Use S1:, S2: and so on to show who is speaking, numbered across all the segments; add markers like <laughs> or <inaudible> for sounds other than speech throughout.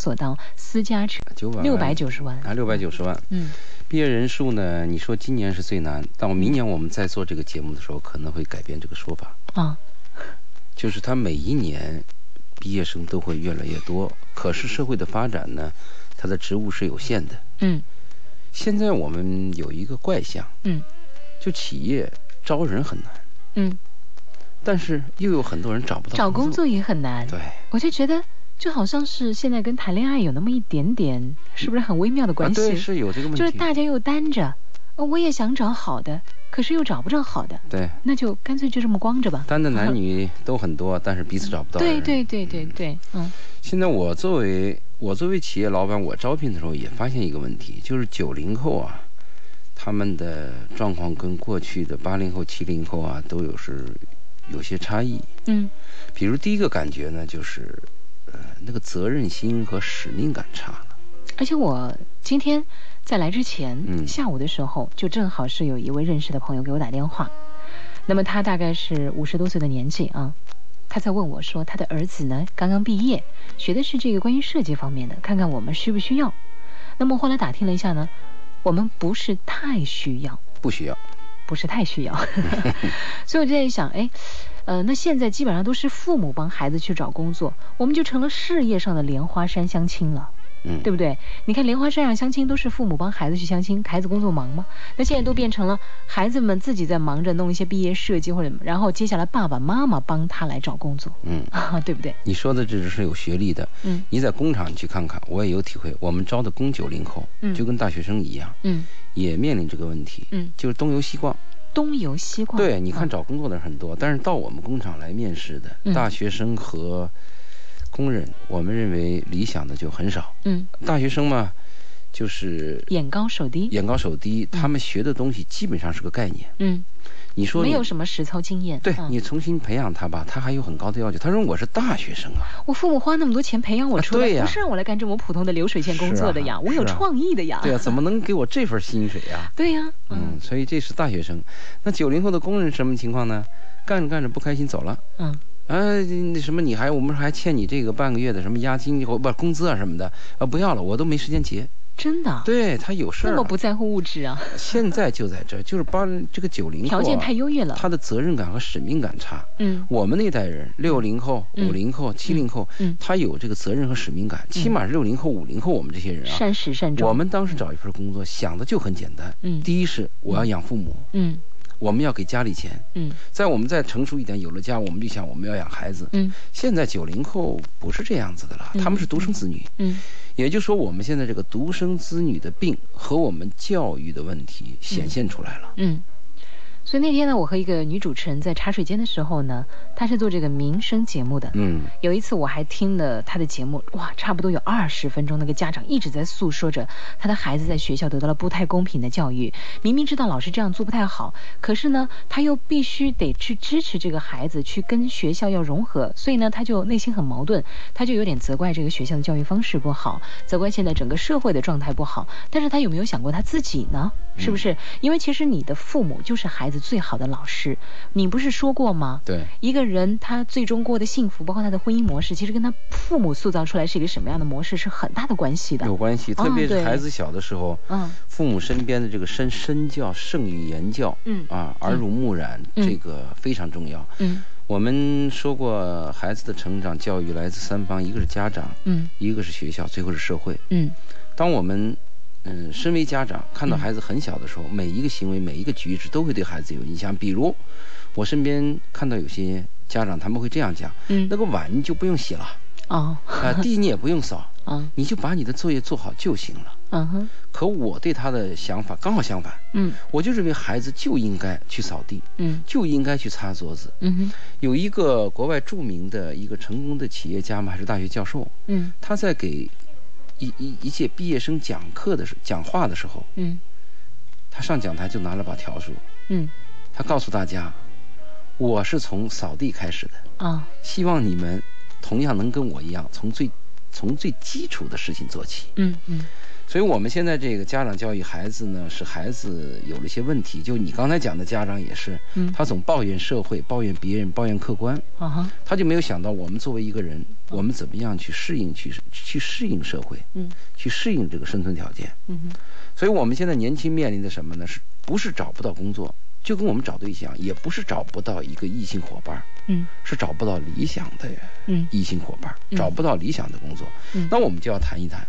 S1: 索到私家车
S2: 九百
S1: 六百九十万，
S2: 啊，六百九十万。
S1: 嗯，
S2: 毕业人数呢？你说今年是最难，但我明年我们在做这个节目的时候，可能会改变这个说法，
S1: 啊，
S2: 就是他每一年毕业生都会越来越多，可是社会的发展呢，它的职务是有限的。
S1: 嗯
S2: 现在我们有一个怪象，
S1: 嗯
S2: 就企业招人很难，
S1: 嗯，
S2: 但是又有很多人找不到
S1: 找工作也很难。
S2: 对，
S1: 我就觉得就好像是现在跟谈恋爱有那么一点点，是不是很微妙的关
S2: 啊、
S1: 系？
S2: 对是有这个问题，
S1: 就是大家又单着，呃我也想找好的，可是又找不着好的，
S2: 对
S1: 那就干脆就这么光着吧。
S2: 单的男女都很多，但是彼此找不到
S1: 对
S2: 人
S1: 对对对对，嗯
S2: 现在我作为我作为企业老板，我招聘的时候也发现一个问题，就是九零后啊，他们的状况跟过去的八零后、七零后啊都有是有些差异。
S1: 嗯
S2: 比如第一个感觉呢，就是呃那个责任心和使命感差了。
S1: 而且我今天在来之前，
S2: 嗯
S1: 下午的时候就正好是有一位认识的朋友给我打电话，那么他大概是五十多岁的年纪啊，他在问我说他的儿子呢刚刚毕业，学的是这个关于设计方面的，看看我们需不需要。那么后来打听了一下呢，我们不是太需要，
S2: 不需要，
S1: 不是太需要， <laughs> 所以我就在想，哎，呃，那现在基本上都是父母帮孩子去找工作，我们就成了事业上的莲花山相亲了。
S2: 嗯，
S1: 对不对？你看莲花山上相亲都是父母帮孩子去相亲，孩子工作忙吗？那现在都变成了孩子们自己在忙着弄一些毕业设计或者，然后接下来爸爸妈妈帮他来找工作， <laughs>
S2: 嗯，
S1: 啊，对不对？
S2: 你说的这只是有学历的，
S1: 嗯
S2: 你在工厂你去看看，我也有体会。我们招的工九零后，
S1: 嗯
S2: 就跟大学生一样，
S1: 嗯
S2: 也面临这个问题，
S1: 嗯，
S2: 就是东游西逛。
S1: 东游西逛，
S2: 对，你看
S1: 啊
S2: 找工作的人很多，但是到我们工厂来面试的、
S1: 嗯
S2: 大学生和工人，我们认为理想的就很少。
S1: 嗯，
S2: 大学生嘛，就是
S1: 眼嗯高手低，
S2: 眼高手低，他们学的东西基本上是个概念。
S1: 嗯，
S2: 你说
S1: 没
S2: 你
S1: 有什么实操经验，
S2: 对
S1: 啊
S2: 你重新培养他吧，他还有很高的要求。他说我是大学生啊，
S1: 我父母花那么多钱培养我
S2: 啊
S1: 出来，
S2: 对呀
S1: 不是让我来干这么普通的流水线工作的呀，
S2: 是啊
S1: 我有
S2: 是啊
S1: 创意的呀，
S2: 对啊，怎么能给我这份薪水啊？
S1: <laughs> 对呀，
S2: 嗯，所以这是大学生。那九零后的工人什么情况呢？干着干着不开心走了。
S1: 嗯
S2: 啊，那什么，你还我们还欠你这个半个月的什么押金或不工资啊什么的啊，不要了，我都没时间结。
S1: 真的啊，
S2: 对他有事
S1: 那
S2: 儿
S1: 么
S2: 了，
S1: 不在乎物质啊，
S2: 现在就在这儿，就是帮这个九零后、啊、
S1: 条件太优越了，
S2: 他的责任感和使命感差。
S1: 嗯
S2: 我们那代人，六零后、
S1: 嗯
S2: 五零后、七零后，
S1: 嗯。
S2: 他有这个责任和使命感，起码是六零后、五零后我们这些人啊，
S1: 善始善终。
S2: 我们当时找一份工作想的就很简单，
S1: 嗯
S2: 第一是我要养父母，
S1: 嗯
S2: 我们要给家里钱，
S1: 嗯
S2: 在我们再成熟一点，有了家，我们就想我们要养孩子，
S1: 嗯
S2: 现在九零后不是这样子的了，
S1: 嗯
S2: 他们是独生子女，
S1: 嗯
S2: 也就是说，我们现在这个独生子女的病和我们教育的问题显现出来了。
S1: 嗯。所以那天呢，我和一个女主持人在茶水间的时候呢，她是做这个民生节目的。
S2: 嗯，
S1: 有一次我还听了她的节目，哇，差不多有二十分钟，那个家长一直在诉说着她的孩子在学校得到了不太公平的教育，明明知道老师这样做不太好，可是呢，他又必须得去支持这个孩子去跟学校要融合，所以呢，他就内心很矛盾，他就有点责怪这个学校的教育方式不好，责怪现在整个社会的状态不好。但是他有没有想过他自己呢？是不是？因为其实你的父母就是孩子最好的老师，你不是说过吗？
S2: 对，
S1: 一个人他最终过得幸福，包括他的婚姻模式，其实跟他父母塑造出来是一个什么样的模式是很大的关系的
S2: 有。关系，特别是
S1: 哦对
S2: 孩子小的时候，
S1: 嗯
S2: 父母身边的这个身身教胜于言教，
S1: 嗯
S2: 啊，耳濡目染、
S1: 嗯
S2: 这个非常重要。
S1: 嗯
S2: 我们说过，孩子的成长教育来自三方，一个是家长，
S1: 嗯
S2: 一个是学校，最后是社会。
S1: 嗯
S2: 当我们嗯，身为家长看到孩子很小的时候，每一个行为、每一个举止都会对孩子有影响。比如，我身边看到有些家长他们会这样讲：那
S1: 嗯。
S2: 个碗你就不用洗了，
S1: 哦
S2: 啊、地你也不用扫，
S1: 啊
S2: 你就把你的作业做好就行了。
S1: 嗯哼
S2: 可我对他的想法刚好相反，
S1: 嗯
S2: 我就认为孩子就应该去扫地，
S1: 嗯
S2: 就应该去擦桌子。
S1: 嗯哼
S2: 有一个国外著名的一个成功的企业家嘛，还是大学教授，
S1: 嗯
S2: 他在给一一一届毕业生讲课的时讲话的时候，
S1: 嗯
S2: 他上讲台就拿了把笤帚，
S1: 嗯
S2: 他告诉大家，我是从扫地开始的，
S1: 啊
S2: 希望你们同样能跟我一样，从最从最基础的事情做起。
S1: 嗯嗯
S2: 所以我们现在这个家长教育孩子呢，是孩子有了一些问题，就你刚才讲的家长也是，
S1: 嗯，
S2: 他总抱怨社会、抱怨别人、抱怨客观，
S1: 啊哈，
S2: 他就没有想到我们作为一个人，我们怎么样去适应、去去适应社会，
S1: 嗯
S2: 去适应这个生存条件。
S1: 嗯
S2: 所以我们现在年轻面临的什么呢？是不是找不到工作？就跟我们找对象，也不是找不到一个异性伙伴，
S1: 嗯
S2: 是找不到理想的
S1: 嗯
S2: 异性伙伴，
S1: 嗯
S2: 找不到理想的工作。
S1: 嗯
S2: 那我们就要谈一谈，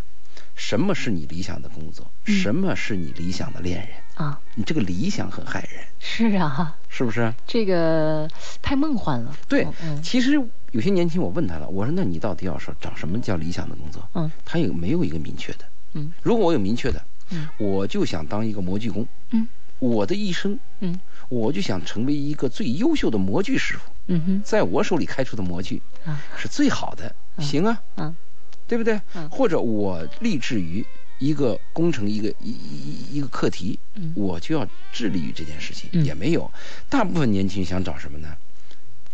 S2: 什么是你理想的工作？
S1: 嗯
S2: 什么是你理想的恋人？
S1: 啊，
S2: 你这个理想很害人，
S1: 是啊，
S2: 是不是？
S1: 这个太梦幻了。
S2: 对
S1: 嗯，
S2: 其实有些年轻我问他了，我说那你到底要说找什么叫理想的工作？
S1: 嗯
S2: 他有没有一个明确的？
S1: 嗯
S2: 如果我有明确的，
S1: 嗯
S2: 我就想当一个模具工，
S1: 嗯
S2: 我的一生
S1: 嗯
S2: 我就想成为一个最优秀的模具师傅，
S1: 嗯哼
S2: 在我手里开出的模具
S1: 啊
S2: 是最好的，
S1: 嗯
S2: 行啊，
S1: 啊
S2: 对不对？
S1: 嗯
S2: 或者我立志于一个工程一个一一一个课题，
S1: 嗯
S2: 我就要致力于这件事情，
S1: 嗯
S2: 也没有。大部分年轻人想找什么呢？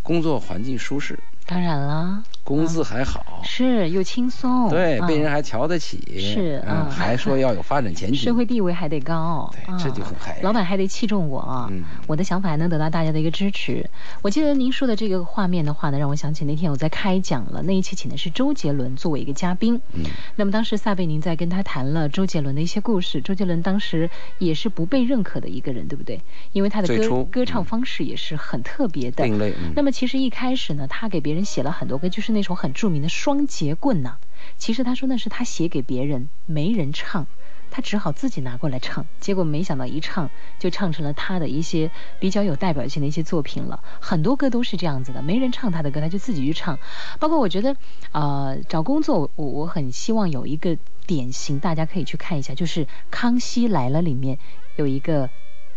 S2: 工作环境舒适，
S1: 当然啦，
S2: 工资还好，
S1: 嗯是又轻松，
S2: 哦对，
S1: 啊
S2: 被人还瞧得起，
S1: 是
S2: 嗯，
S1: 嗯
S2: 还说要有发展前景，
S1: 社会地位还得高，
S2: 嗯对
S1: 啊
S2: 这就很害人
S1: 老板还得器重我，
S2: 嗯
S1: 我的想法还能得到大家的一个支持。我记得您说的这个画面的话呢，让我想起那天我在开讲了，那一期请的是周杰伦作为一个嘉宾，
S2: 嗯
S1: 那么当时撒贝宁在跟他谈了周杰伦的一些故事，周杰伦当时也是不被认可的一个人，对不对？因为他的
S2: 最初
S1: 歌歌唱
S2: 嗯
S1: 方式也是很特别的，
S2: 另类，嗯
S1: 那么其实一开始呢，他给别人写了很多歌，就是那首很著名的《双截棍》呐、其实他说那是他写给别人，没人唱，他只好自己拿过来唱。结果没想到一唱就唱成了他的一些比较有代表性的一些作品了。很多歌都是这样子的，没人唱他的歌，他就自己去唱。包括我觉得，呃，找工作，我我很希望有一个典型，大家可以去看一下，就是《康熙来了》里面有一个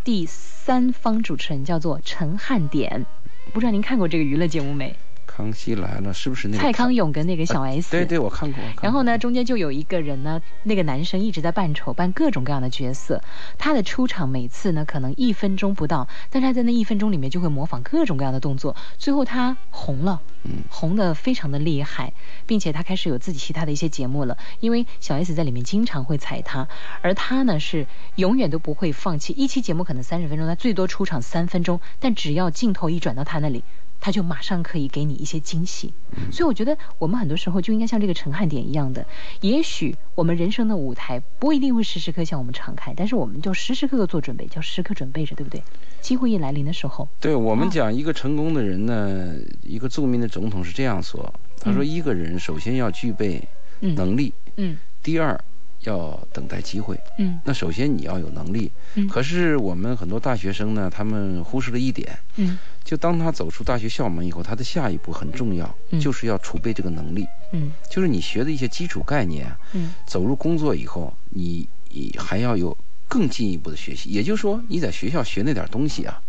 S1: 第三方主持人叫做陈汉典。不知道您看过这个娱乐节目没？
S2: 康熙来了，是不是那个
S1: 蔡康
S2: 永
S1: 永跟那个小 S，、
S2: 对对，。我看过。我看过
S1: 然后？呢，中间就有一个人呢，那个男生一直在扮丑，扮各种各样的角色。他的出场每次呢，可能一分钟不到，但是他在那一分钟里面就会模仿各种各样的动作。最后他红了，
S2: 嗯
S1: 红的非常的厉害，并且他开始有自己其他的一些节目了。因为小 S 在里面经常会踩他，而他呢是永远都不会放弃。一期节目可能三十分钟，他最多出场三分钟，但只要镜头一转到他那里，他就马上可以给你一些惊喜。
S2: 嗯
S1: 所以我觉得我们很多时候就应该像这个陈汉典一样的，也许我们人生的舞台不一定会时时刻向我们敞开，但是我们就时时刻刻做准备，叫时刻准备着，对不对？机会一来临的时候，
S2: 对我们
S1: 哦
S2: 讲一个成功的人呢，一个著名的总统是这样说，他说
S1: 嗯
S2: 一个人首先要具备
S1: 嗯
S2: 能力，
S1: 嗯
S2: 第二要等待机会。
S1: 嗯
S2: 那首先你要有能力，
S1: 嗯
S2: 可是我们很多大学生呢，他们忽视了一点，
S1: 嗯
S2: 就当他走出大学校门以后，他的下一步很重要，
S1: 嗯
S2: 就是要储备这个能力，
S1: 嗯
S2: 就是你学的一些基础概念啊，
S1: 嗯
S2: 走入工作以后，你你还要有更进一步的学习。也就是说，你在学校学那点东西啊，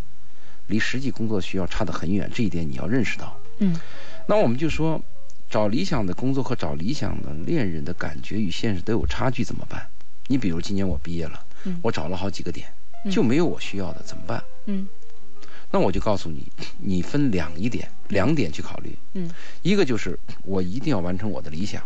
S2: 离实际工作需要差得很远，这一点你要认识到。
S1: 嗯
S2: 那我们就说，找理想的工作和找理想的恋人的感觉与现实都有差距，怎么办？你比如今年我毕业了，
S1: 嗯
S2: 我找了好几个点，
S1: 嗯
S2: 就没有我需要的，怎么办？
S1: 嗯
S2: 那我就告诉你，你分两一点，两点去考虑。
S1: 嗯
S2: 一个就是我一定要完成我的理想，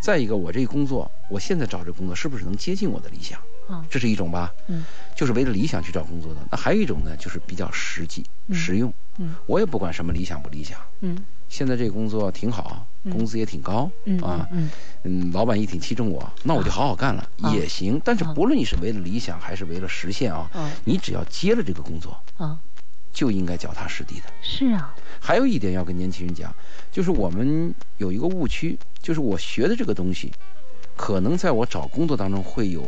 S2: 再一个我这个工作，我现在找这工作是不是能接近我的理想？
S1: 啊
S2: 这是一种吧，
S1: 嗯
S2: 就是为了理想去找工作的。那还有一种呢，就是比较实际、
S1: 嗯
S2: 实用。
S1: 嗯
S2: 我也不管什么理想不理想，
S1: 嗯
S2: 现在这个工作挺好，
S1: 嗯
S2: 工资也挺高、
S1: 嗯
S2: 啊，
S1: 嗯
S2: 嗯，老板也挺器重我，那我就好好干了、
S1: 啊
S2: 也行。但是
S1: 啊
S2: 不论你是为了理想还是为了实现啊，
S1: 啊
S2: 你只要接了这个工作，
S1: 啊
S2: 就应该脚踏实地的。
S1: 是啊
S2: 还有一点要跟年轻人讲，就是我们有一个误区，就是我学的这个东西，可能在我找工作当中会有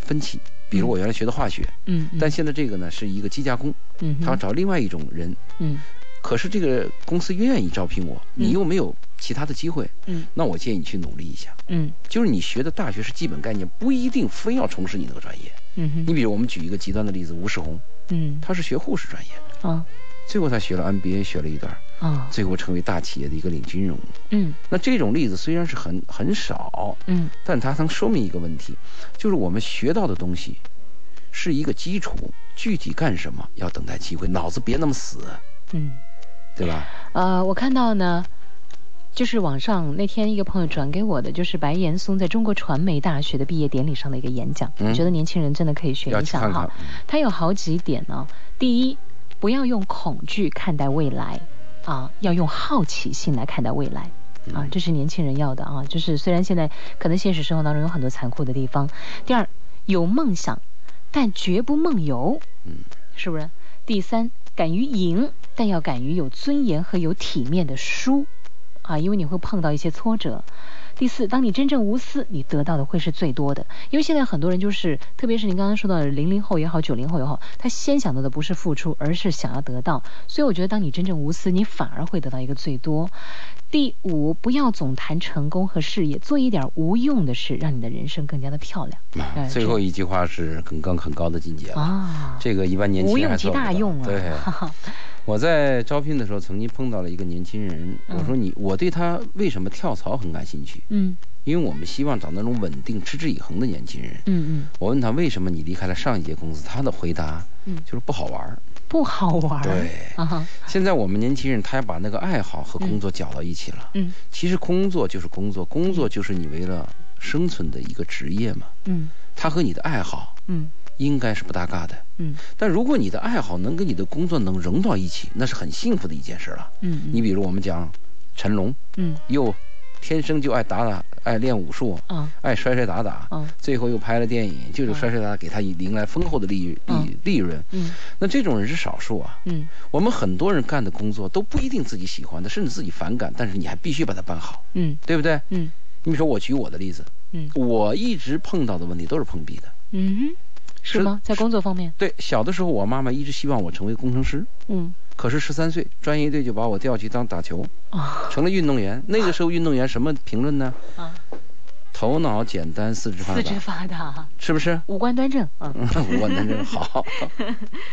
S2: 分歧。比如我原来学的化学，
S1: 嗯嗯
S2: 但现在这个呢是一个机加工，
S1: 嗯
S2: 他要找另外一种人，
S1: 嗯
S2: 可是这个公司愿意招聘我，你又没有其他的机会，
S1: 嗯
S2: 那我建议你去努力一下。
S1: 嗯
S2: 就是你学的大学是基本概念，不一定非要从事你那个专业。
S1: 嗯
S2: 你比如我们举一个极端的例子，吴世宏，
S1: 嗯
S2: 他是学护士专业的，
S1: 啊
S2: 最后他学了 MBA，学了一段，
S1: 啊
S2: 最后成为大企业的一个领军人物。
S1: 嗯
S2: 那这种例子虽然是很很少，
S1: 嗯
S2: 但它能说明一个问题，就是我们学到的东西是一个基础，具体干什么要等待机会，脑子别那么死，
S1: 嗯。
S2: 对吧？
S1: 呃，我看到呢，就是网上那天一个朋友转给我的，就是白岩松在中国传媒大学的毕业典礼上的一个演讲，
S2: 嗯
S1: 我觉得年轻人真的可以学
S2: 要
S1: 一
S2: 去
S1: 下
S2: 看
S1: 哈
S2: 看。。
S1: 它有好几点呢、第一，不要用恐惧看待未来啊，要用好奇心来看待未来。啊，这是年轻人要的啊，就是虽然现在可能现实生活当中有很多残酷的地方。第二，有梦想，但绝不梦游，
S2: 嗯，
S1: 是不是？第三，敢于赢，但要敢于有尊严和有体面的输，啊，因为你会碰到一些挫折。第四，当你真正无私，你得到的会是最多的。因为现在很多人就是，特别是您刚刚说到的零零后也好，九零后也好，他先想到的不是付出，而是想要得到。所以我觉得，当你真正无私，你反而会得到一个最多。第五，不要总谈成功和事业，做一点无用的事，让你的人生更加的漂亮。
S2: 啊
S1: 哎
S2: 最
S1: 这
S2: 后一句话是很高很高的境界了。
S1: 啊，
S2: 这个一般年轻
S1: 无
S2: 人
S1: 用
S2: 还
S1: 即
S2: 做不
S1: 大
S2: 到
S1: 用啊！
S2: 对，我在招聘的时候曾经碰到了一个年轻人，我说你，我对他为什么跳槽很感兴趣，
S1: <laughs> 嗯
S2: 因为我们希望找那种稳定、持之以恒的年轻人。
S1: 嗯
S2: 我问他为什么你离开了上一届公司，他的回答
S1: 嗯嗯，
S2: 就是不好玩儿。
S1: 不好玩儿。
S2: 对，
S1: <laughs> 啊哈，
S2: 现在我们年轻人他把那个爱好和工作搅到一起了。
S1: 嗯
S2: 其实工作就是工作，工作就是你为了生存的一个职业嘛。
S1: 嗯
S2: 它和你的爱好
S1: 嗯
S2: 应该是不搭嘎的。
S1: 嗯
S2: 但如果你的爱好能跟你的工作能融到一起，那是很幸福的一件事了。
S1: 嗯，
S2: 你比如我们讲，成龙
S1: 嗯
S2: 又天生就爱打打，爱练武术，
S1: 啊
S2: 爱摔摔打打，
S1: 啊
S2: 最后又拍了电影，就是
S1: 嗯
S2: 摔摔打打给他迎来丰厚的利利
S1: 嗯
S2: 利润。
S1: 嗯
S2: 那这种人是少数啊。
S1: 嗯
S2: 我们很多人干的工作都不一定自己喜欢的，甚至自己反感，但是你还必须把它办好，
S1: 嗯
S2: 对不对？
S1: 嗯
S2: 你比如说，我举我的例子，
S1: 嗯
S2: 我一直碰到的问题都是碰壁的。
S1: 嗯，是
S2: 是
S1: 吗？在工作方面，
S2: 对，小的时候我妈妈一直希望我成为工程师，
S1: 嗯
S2: 可是十三岁，专业队就把我调去当打球，
S1: 啊
S2: 成了运动员。那个时候运动员什么评论呢？
S1: 啊，
S2: 头脑简单，四肢发
S1: 四肢
S2: 达，
S1: 发达，？
S2: 是不是 <laughs>
S1: 五官端正，嗯
S2: 我能
S1: <laughs>
S2: 真好，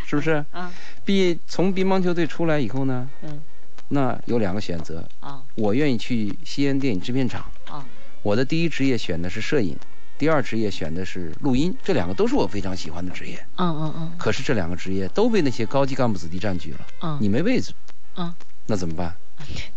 S2: 是不是？
S1: 啊
S2: 毕从乒乓球队出来以后呢，
S1: 嗯
S2: 那有两个选择，
S1: 啊
S2: 我愿意去西安电影制片厂，
S1: 啊
S2: 我的第一职业选的是摄影，第二职业选的是录音，这两个都是我非常喜欢的职业。
S1: 嗯嗯
S2: 可是这两个职业都被那些高级干部子弟占据了，
S1: 嗯，
S2: 你没位置，
S1: 啊
S2: 那怎么办？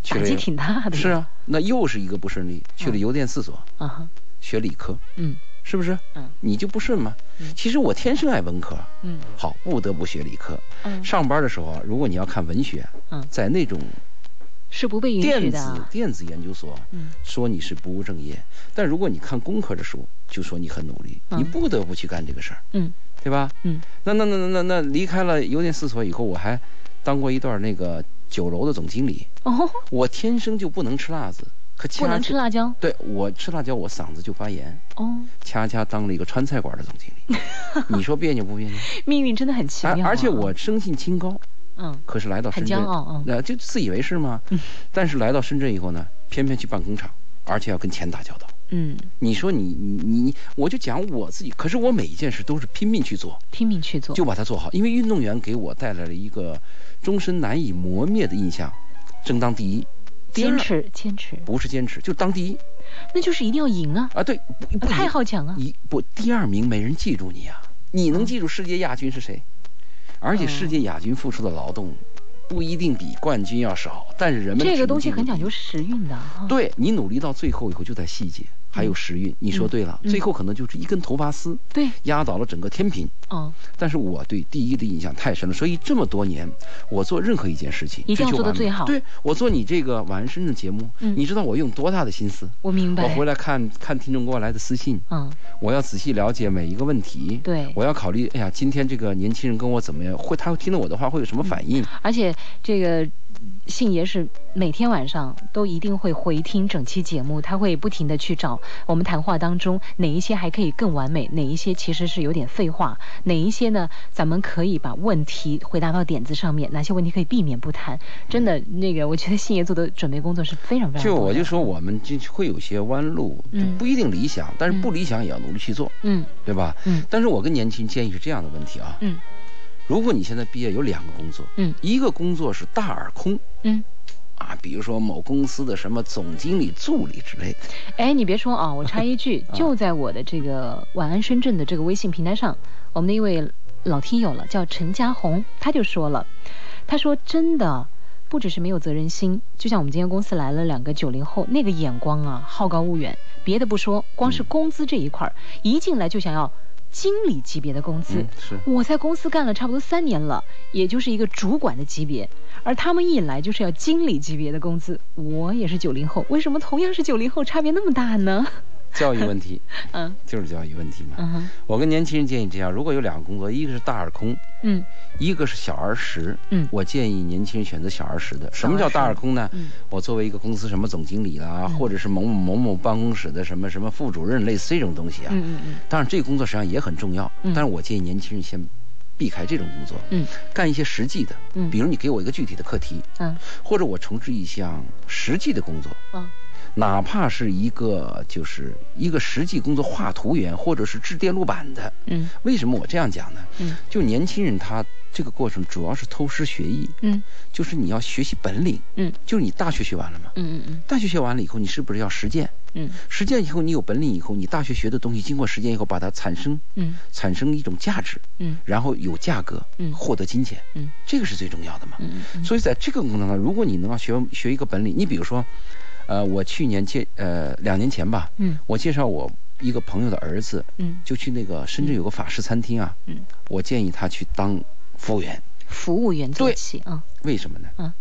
S2: 去
S1: 打
S2: 了
S1: 击挺大的，
S2: 是啊，那又是一个不顺利，去了邮电四所、
S1: 啊哈，
S2: 学理科，
S1: 嗯
S2: 是不是？
S1: 嗯
S2: 你就不顺吗？
S1: 嗯
S2: 其实我天生爱文科，
S1: 嗯
S2: 好，不得不学理科。
S1: 嗯
S2: 上班的时候啊，如果你要看文学，啊
S1: 嗯，
S2: 在那种
S1: 是不被允许
S2: 电
S1: 的
S2: 子
S1: 啊，
S2: 电子研究所，
S1: 嗯
S2: 说你是不务正业，但如果你看工科的书，就说你很努力，
S1: 嗯
S2: 你不得不去干这个事儿，
S1: 嗯
S2: 对吧？
S1: 嗯
S2: 那那那那那那离开了邮电四所以后，我还当过一段那个酒楼的总经理。
S1: 哦，
S2: 我天生就不能吃辣子，可恰
S1: 不能吃辣椒
S2: 对我吃辣椒，我嗓子就发炎。
S1: 哦，
S2: 恰恰当了一个川菜馆的总经
S1: <laughs>
S2: 理，你说别扭不别扭？
S1: 命运真的很奇
S2: 而
S1: 妙啊，
S2: 而且我生性清高，
S1: 嗯
S2: 可是来到深
S1: 很
S2: 圳，
S1: 骄傲嗯
S2: 呃，就自以为是嘛。但是来到深圳以后呢，偏偏去办工厂，而且要跟钱打交道。
S1: 嗯
S2: 你说你你你，我就讲我自己，可是我每一件事都是拼命去做，
S1: 拼命去做，
S2: 就把它做好。因为运动员给我带来了一个终身难以磨灭的印象，争当第一，第二
S1: 坚持坚持，
S2: 不是坚持，就当第一
S1: 那就是一定要赢啊，
S2: 啊！对，不不
S1: 太
S2: 赢
S1: 好强啊，
S2: 一不第二名没人记住你啊！你能记住世界亚军是谁？而
S1: 嗯
S2: 且世界亚军付出的劳动不一定比冠军要少，但是人们
S1: 这
S2: 只
S1: 个
S2: 能
S1: 东西
S2: 记住
S1: 很
S2: 你
S1: 讲究时运的啊，
S2: 对你努力到最后以后，就在细节还有时运。你说对了，
S1: 嗯
S2: 最后可能就是一根头发丝
S1: 对，
S2: 压倒了整个天平。
S1: 哦，
S2: 但是我对第一的印象太深了，所以这么多年，我做任何一件事情
S1: 一定要
S2: 追
S1: 做
S2: 求
S1: 得
S2: 完美
S1: 最好
S2: 对我做你这个晚安深圳节目，
S1: 嗯
S2: 你知道我用多大的心思？
S1: 我明白，
S2: 我回来看看听众给我来的私信，
S1: 嗯
S2: 我要仔细了解每一个问题。
S1: 对
S2: 我要考虑，哎呀，今天这个年轻人跟我怎么样？会他会听了我的话会有什么反应？
S1: 而且这个信爷是每天晚上都一定会回听整期节目，他会不停的去找我们谈话当中哪一些还可以更完美，哪一些其实是有点废话，哪一些呢咱们可以把问题回答到点子上面，哪些问题可以避免不谈。真的，那个我觉得信爷做的准备工作是非常非常
S2: 就
S1: 多
S2: 我
S1: 的
S2: 就说，我们就会有些弯路，就
S1: 嗯
S2: 不一定理想，但是不理想也要努力去做，
S1: 嗯
S2: 对吧？
S1: 嗯
S2: 但是我跟年轻人建议是这样的问题啊，
S1: 嗯
S2: 如果你现在毕业有两个工作，
S1: 嗯
S2: 一个工作是大耳空
S1: 嗯，
S2: 啊，比如说某公司的什么总经理、助理之类的，
S1: 哎，你别说啊，我插一句
S2: <laughs> 啊，
S1: 就在我的这个晚安深圳的这个微信平台上，我们的一位老听友了，叫陈家红，他就说了，他说真的，不只是没有责任心，就像我们今天公司来了两个九零后，那个眼光啊，好高骛远。别的不说，光
S2: 嗯
S1: 是工资这一块儿，一进来就想要经理级别的工资。
S2: 嗯，是，
S1: 我在公司干了差不多三年了，也就是一个主管的级别，而他们一来就是要经理级别的工资。我也是九零后，为什么同样是九零后，差别那么大呢？ <laughs>
S2: 教育问题
S1: 嗯
S2: 就是教育问题嘛。
S1: 嗯哼
S2: 我跟年轻人建议这样：如果有两个工作，一个是大耳空，
S1: 嗯
S2: 一个是小而十。
S1: 嗯
S2: 我建议年轻人选择小而十的。什么叫大耳空呢？
S1: 嗯
S2: 我作为一个公司什么总经理啦，
S1: 嗯
S2: 或者是某某某某办公室的什么什么副主任，类似这种东西啊。
S1: 嗯嗯嗯
S2: 当然，这个工作实际上也很重要，
S1: 嗯
S2: 但是我建议年轻人先避开这种工作，
S1: 嗯
S2: 干一些实际的，
S1: 嗯
S2: 比如你给我一个具体的课题，
S1: 嗯
S2: 或者我从事一项实际的工作，
S1: 嗯
S2: 哪怕是一个就是一个实际工作画图员或者是制电路板的。
S1: 嗯
S2: 为什么我这样讲呢？
S1: 嗯
S2: 就年轻人他这个过程主要是偷师学艺，
S1: 嗯
S2: 就是你要学习本领，
S1: 嗯
S2: 就是你大学学完了嘛，
S1: 嗯嗯
S2: 大学学完了以后，你是不是要实践？
S1: 嗯
S2: 实践以后，你有本领以后，你大学学的东西经过实践以后，把它产生
S1: 嗯
S2: 产生一种价值，
S1: 嗯
S2: 然后有价格，
S1: 嗯
S2: 获得金钱，
S1: 嗯
S2: 这个是最重要的嘛。
S1: 嗯嗯，
S2: 所以在这个过程当中，如果你能要学学一个本领，你比如说，呃，我去年介呃两年前吧，
S1: 嗯
S2: 我介绍我一个朋友的儿子，
S1: 嗯
S2: 就去那个深圳有个法式餐厅啊，
S1: 嗯，
S2: 我建议他去当服务员，
S1: 服务员做起啊
S2: 为什么呢？
S1: 嗯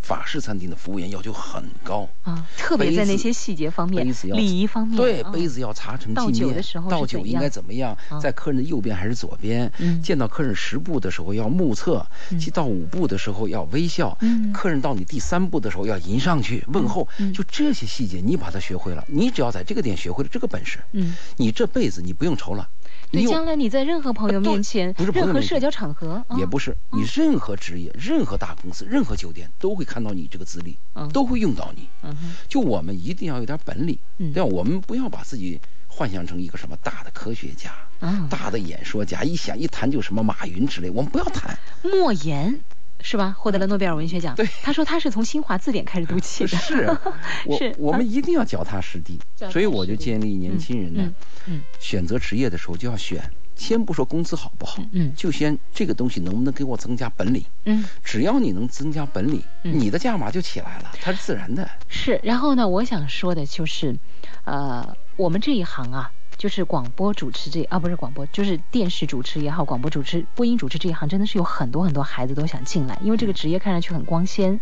S2: 法式餐厅的服务员要求很高，
S1: 啊，特别在那些细节方面
S2: 杯子、要
S1: 礼仪方面，
S2: 对，
S1: 嗯
S2: 杯子要茶成
S1: 倒
S2: 镜
S1: 酒
S2: 面
S1: 的时候是
S2: 倒酒
S1: 怎
S2: 应
S1: 样
S2: 该怎么样
S1: 啊？
S2: 在客人的右边还是左边
S1: 嗯？
S2: 见到客人十步的时候要目测
S1: 嗯，
S2: 即到五步的时候要微笑
S1: 嗯，
S2: 客人到你第三步的时候要迎上去问候
S1: 嗯嗯。
S2: 就这些细节，你把它学会了，你只要在这个点学会了这个本事，
S1: 嗯，
S2: 你这辈子你不用愁了。你
S1: 对，
S2: 有
S1: 将来你在任何朋友面前，
S2: 呃对不是朋友
S1: 任何
S2: 面前
S1: 社交场合，啊
S2: 也不是你任何职业、任何大公司、任何酒店都会看到你这个资历
S1: 嗯，
S2: 都会用到你。
S1: 嗯哼
S2: 就我们一定要有点本领，
S1: 嗯
S2: 对吧？我们不要把自己幻想成一个什么大的科学家、
S1: 啊，
S2: 大的演说家，一想一谈就什么马云之类，我们不要谈。
S1: 莫言是吧？获得了诺贝尔文学奖。
S2: 对
S1: 他说他是从新华字典开始读起的。
S2: 是
S1: <laughs>
S2: 啊，我
S1: 是
S2: 我们一定要脚踏实地
S1: 脚踏实，地
S2: 所以我就建议年轻人呢
S1: 嗯，嗯
S2: 选择职业的时候就要选，先不说工资好不好，
S1: 嗯
S2: 就先这个东西能不能给我增加本领。
S1: 嗯，
S2: 只要你能增加本领，
S1: 嗯
S2: 你的价码就起来了，它是自然的。
S1: 是。然后呢，我想说的就是，呃，我们这一行啊。就是广播主持这啊，不是广播，就是电视主持也好，广播主持、播音主持这一行，真的是有很多很多孩子都想进来，因为
S2: 嗯
S1: 这个职业看上去很光鲜。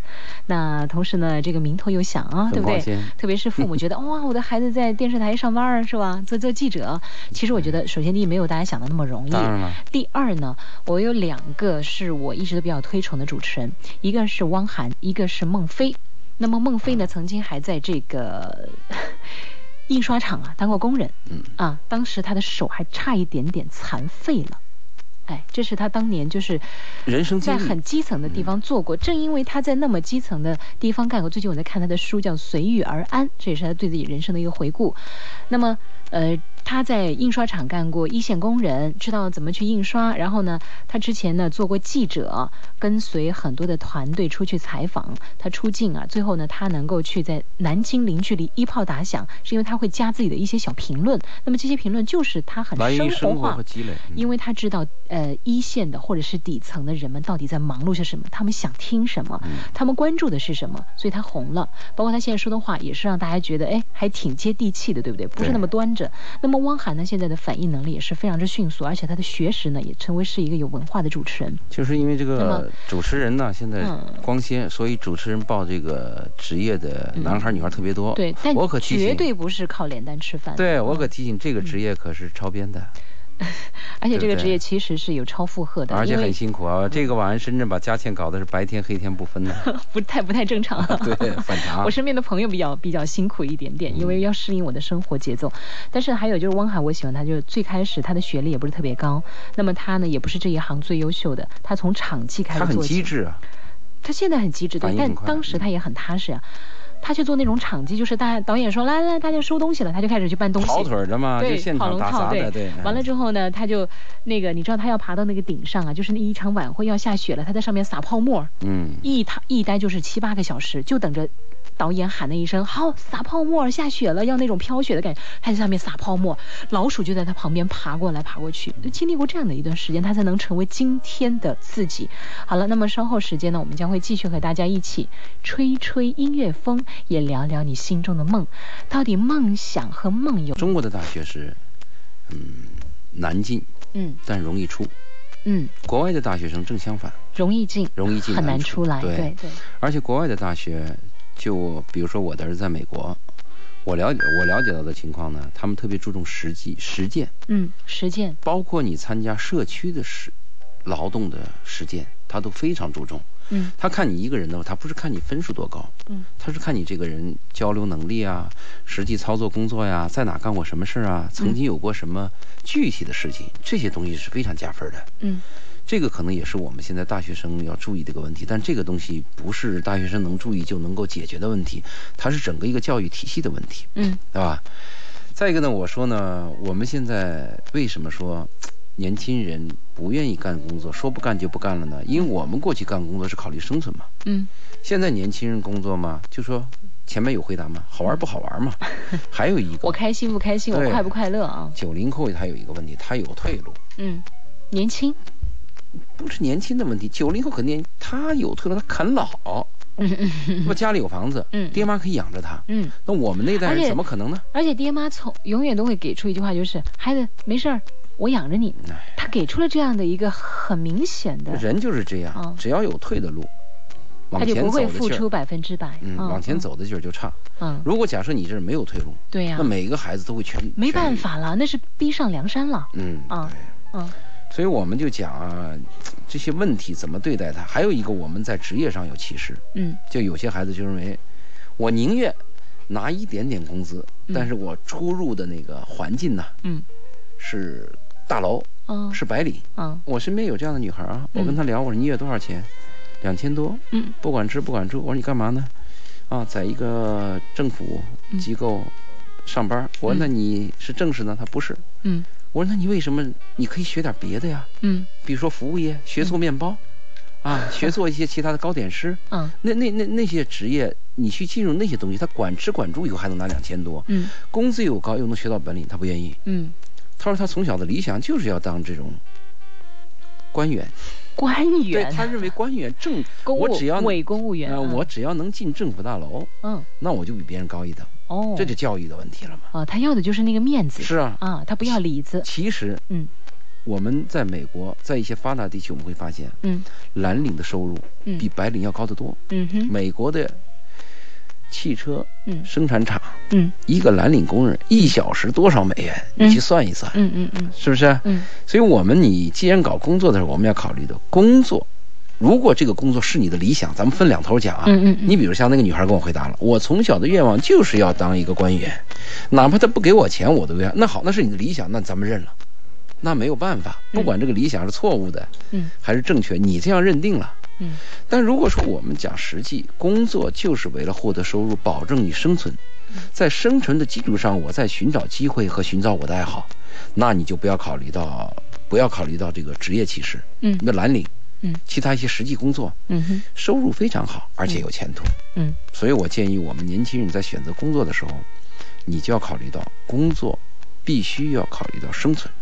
S1: 那同时呢，这个名头又响啊，
S2: 很
S1: 对不对
S2: 光鲜？
S1: 特别是父母觉
S2: <laughs>
S1: 得哇，我的孩子在电视台上班儿是吧？做做记者，其实我觉得，首先第一，没有大家想的那么容易。
S2: 当然了
S1: 第二呢，我有两个是我一直都比较推崇的主持人，一个是汪涵，一个是孟非。那么孟非呢，曾经还在这个 <laughs> 印刷厂啊当过工人，
S2: 嗯
S1: 啊，当时他的手还差一点点残废了。哎，这是他当年就是
S2: 人生经
S1: 在
S2: 历嗯
S1: 很基层的地方做过。正因为他在那么基层的地方干过，最近我在看他的书叫《随遇而安》，这也是他对自己人生的一个回顾。那么，呃，他在印刷厂干过一线工人，知道怎么去印刷。然后呢，他之前呢做过记者，跟随很多的团队出去采访。他出镜啊，最后呢，他能够去在南京零距离一炮打响，是因为他会加自己的一些小评论。那么这些评论就是他很
S2: 来源于
S1: 活
S2: 生活
S1: 化
S2: 和积累。嗯
S1: 因为他知道，呃，一线的或者是底层的人们到底在忙碌些什么，他们想听什么，
S2: 嗯
S1: 他们关注的是什么，所以他红了。包括他现在说的话，也是让大家觉得，哎，还挺接地气的，对不对？不是
S2: 对
S1: 那么端着。那么汪涵呢，现在的反应能力也是非常之迅速，而且他的学识呢，也成为是一个有文化的主持人。
S2: 就是因为这
S1: 那么
S2: 个主持人呢，现在
S1: 嗯
S2: 光鲜，所以主持人报这个职业的男孩儿女孩儿特别多。
S1: 嗯对，但
S2: 我可提
S1: 绝
S2: 醒，
S1: 对不是靠脸蛋吃饭。
S2: 对我可提醒，这个职业可是超编的，
S1: 嗯而且这
S2: 对
S1: 个
S2: 不
S1: 职业
S2: 对
S1: 其实是有超负荷的，
S2: 而且
S1: 因为嗯
S2: 很辛苦啊。这个晚安深圳把佳倩搞的是白天黑天不分
S1: <laughs>
S2: 的，
S1: 不太不太正常。
S2: <laughs> 对，反常
S1: 我。身边的朋友比较比较辛苦一点
S2: 嗯
S1: 点，因为要适应我的生活节奏。但是还有就是汪涵，我喜欢他，就是最开始他的学历也不是特别高，那么他呢也不是这一行最优秀的，他从场记开
S2: 他
S1: 始
S2: 很
S1: 做
S2: 机
S1: 起。
S2: 智啊，
S1: 他现在很机智，对
S2: 反，应
S1: 但
S2: 很快嗯
S1: 当时他也很踏实啊。他去做那种场记，就是大导演说来来，大家收东西了，他就开始去搬东西。
S2: 跑腿儿的嘛，就
S1: 对
S2: 现
S1: 跑
S2: 场
S1: 龙
S2: 打
S1: 套
S2: 杂
S1: 对
S2: 的，对。哎嗯
S1: 完了
S2: 后，
S1: 之后呢，他就那个，你知道他要爬到那个顶上啊，就是那一场晚会要下雪了，他在上面撒泡沫儿，
S2: 嗯，
S1: 一躺一待就是七八个小时，就等着导演喊那一声“好”，撒泡沫儿，下雪了，要那种飘雪的感觉。他在上面撒泡沫，老鼠就在他旁边爬过来爬过去。经历过这样的一段时间，他才能成为今天的自己。好了，那么稍后时间呢，我们将会继续和大家一起吹一吹音乐风，也聊聊你心中的梦，到底梦想和梦有
S2: 中国的大学是，嗯，难进
S1: 嗯
S2: 但容易出，
S1: 嗯
S2: 国外的大学生正相反，
S1: 容易进，
S2: 容易进
S1: 很难
S2: 难
S1: 出
S2: 出
S1: 来，
S2: 对
S1: 对对，
S2: 而且国外的大学，就比如说我的儿子在美国，我了解我了解到的情况呢，他们特别注重实际实践，
S1: 嗯，实践，
S2: 包括你参加社区的实劳动的实践，他都非常注重。
S1: 嗯
S2: 他看你一个人呢，他不是看你分数多高，
S1: 嗯
S2: 他是看你这个人交流能力啊，实际操作工作呀，在哪干过什么事儿啊，曾经有过什么具体的事情，这些东西是非常加分的。
S1: 嗯
S2: 这个可能也是我们现在大学生要注意的一个问题，但这个东西不是大学生能注意就能够解决的问题，它是整个一个教育体系的问题，
S1: 嗯
S2: 对吧？再一个呢，我说呢，我们现在为什么说年轻人不愿意干工作，说不干就不干了呢？因为我们过去干工作是考虑生存嘛，
S1: 嗯
S2: 现在年轻人工作嘛，就说前面有回答嘛，好玩不好
S1: <laughs>
S2: 玩嘛，还有一
S1: 我
S2: 个
S1: 开心不开心，我
S2: 对
S1: 快不快乐啊？
S2: 九零后他有一个问题，他有退路。
S1: 嗯，年
S2: <laughs>
S1: 轻，
S2: 不是年轻的问题，九零后肯定他有退路，他啃老，
S1: 嗯嗯
S2: 那么家里有房子，
S1: 嗯
S2: 爹妈可以养着他。
S1: 嗯，
S2: 那我们那代
S1: 而
S2: 人
S1: 且
S2: 怎么可能呢？哎
S1: 而且爹妈从永远都会给出一句话，就是孩子没事儿，我养着你。
S2: 哎，
S1: 他给出了这样的一个很明显的，
S2: 人就是这
S1: 嗯
S2: 样，只要有退的路，往
S1: 他就
S2: 前
S1: 不
S2: 走
S1: 会
S2: 的
S1: 付
S2: 劲
S1: 出
S2: 儿，
S1: 百分之百。
S2: 嗯，往前，走的劲儿就差。
S1: 嗯，
S2: 如果假设你这儿没有退路，
S1: 对呀
S2: 那，每个孩子都会全
S1: 没办。
S2: 全
S1: 法了，那是逼上梁山了。
S2: 嗯，
S1: 啊
S2: 对。
S1: 嗯
S2: 所以我们就讲啊，这些问题怎么对待他。还有一个，我们在职业上有歧视，
S1: 嗯
S2: 就有些孩子就认为，我宁愿拿一点点工资，
S1: 嗯
S2: 但是我出入的那个环境呢
S1: 嗯
S2: 是大楼，
S1: 嗯
S2: 是百里。
S1: 嗯
S2: 我身边有这样的女孩啊，
S1: 嗯
S2: 我跟她聊，我说你月多少钱？两千多，
S1: 嗯
S2: 不管吃不管住。我说你干嘛呢？啊，在一个政府
S1: 嗯
S2: 机构上班。我说那你是正式呢？她不是。
S1: 嗯
S2: 我说那你为什么你可以学点别的呀？
S1: 嗯
S2: 比如说服务业，学做面包，啊，学做一些其他的糕
S1: <laughs>
S2: 点师。
S1: 嗯
S2: 那那那那些职业，你去进入那些东西，他管吃管住以后还能拿两千多，
S1: 嗯
S2: 工资又高又能学到本领，他不愿意。
S1: 嗯，
S2: 他说他从小的理想就是要当这种官员，
S1: 官
S2: 对
S1: 员
S2: 他认为官员政，
S1: 公务
S2: 我只要
S1: 伪公务员
S2: 呃，
S1: 嗯
S2: 我只要能进政府大楼，
S1: 嗯
S2: 那我就比别人高一等，
S1: 哦，
S2: 这就教育的问题了嘛。
S1: 哦，他要的就是那个面子。
S2: 是啊，
S1: 啊，他不要里子。
S2: 其实
S1: 嗯
S2: 我们在美国，在一些发达地区，我们会发现
S1: 嗯
S2: 蓝领的收入
S1: 嗯
S2: 比白领要高得多。
S1: 嗯哼
S2: 美国的汽车
S1: 嗯
S2: 生产厂。
S1: 嗯
S2: 一个蓝领工人一小时多少美元？
S1: 嗯
S2: 你去算一算，
S1: 嗯嗯嗯
S2: 是不是？
S1: 嗯
S2: 所以，我们你既然搞工作的时候，我们要考虑的工作，如果这个工作是你的理想，咱们分两头讲啊。
S1: 嗯嗯嗯
S2: 你比如像那个女孩跟我回答了，我从小的愿望就是要当一个官员，哪怕他不给我钱，我都要。那好，那是你的理想，那咱们认了。那没有办法，不管这个理想是错误的
S1: 嗯
S2: 还是正确，你这样认定了。
S1: 嗯
S2: 但如果说我们讲实际，工作就是为了获得收入，保证你生存，在生存的基础上，我再寻找机会和寻找我的爱好，那你就不要考虑到不要考虑到这个职业歧视，
S1: 嗯
S2: 那蓝领，
S1: 嗯
S2: 其他一些实际工作
S1: 嗯哼
S2: 收入非常好，而且有前途。
S1: 嗯
S2: 所以我建议我们年轻人在选择工作的时候，你就要考虑到工作必须要考虑到生存。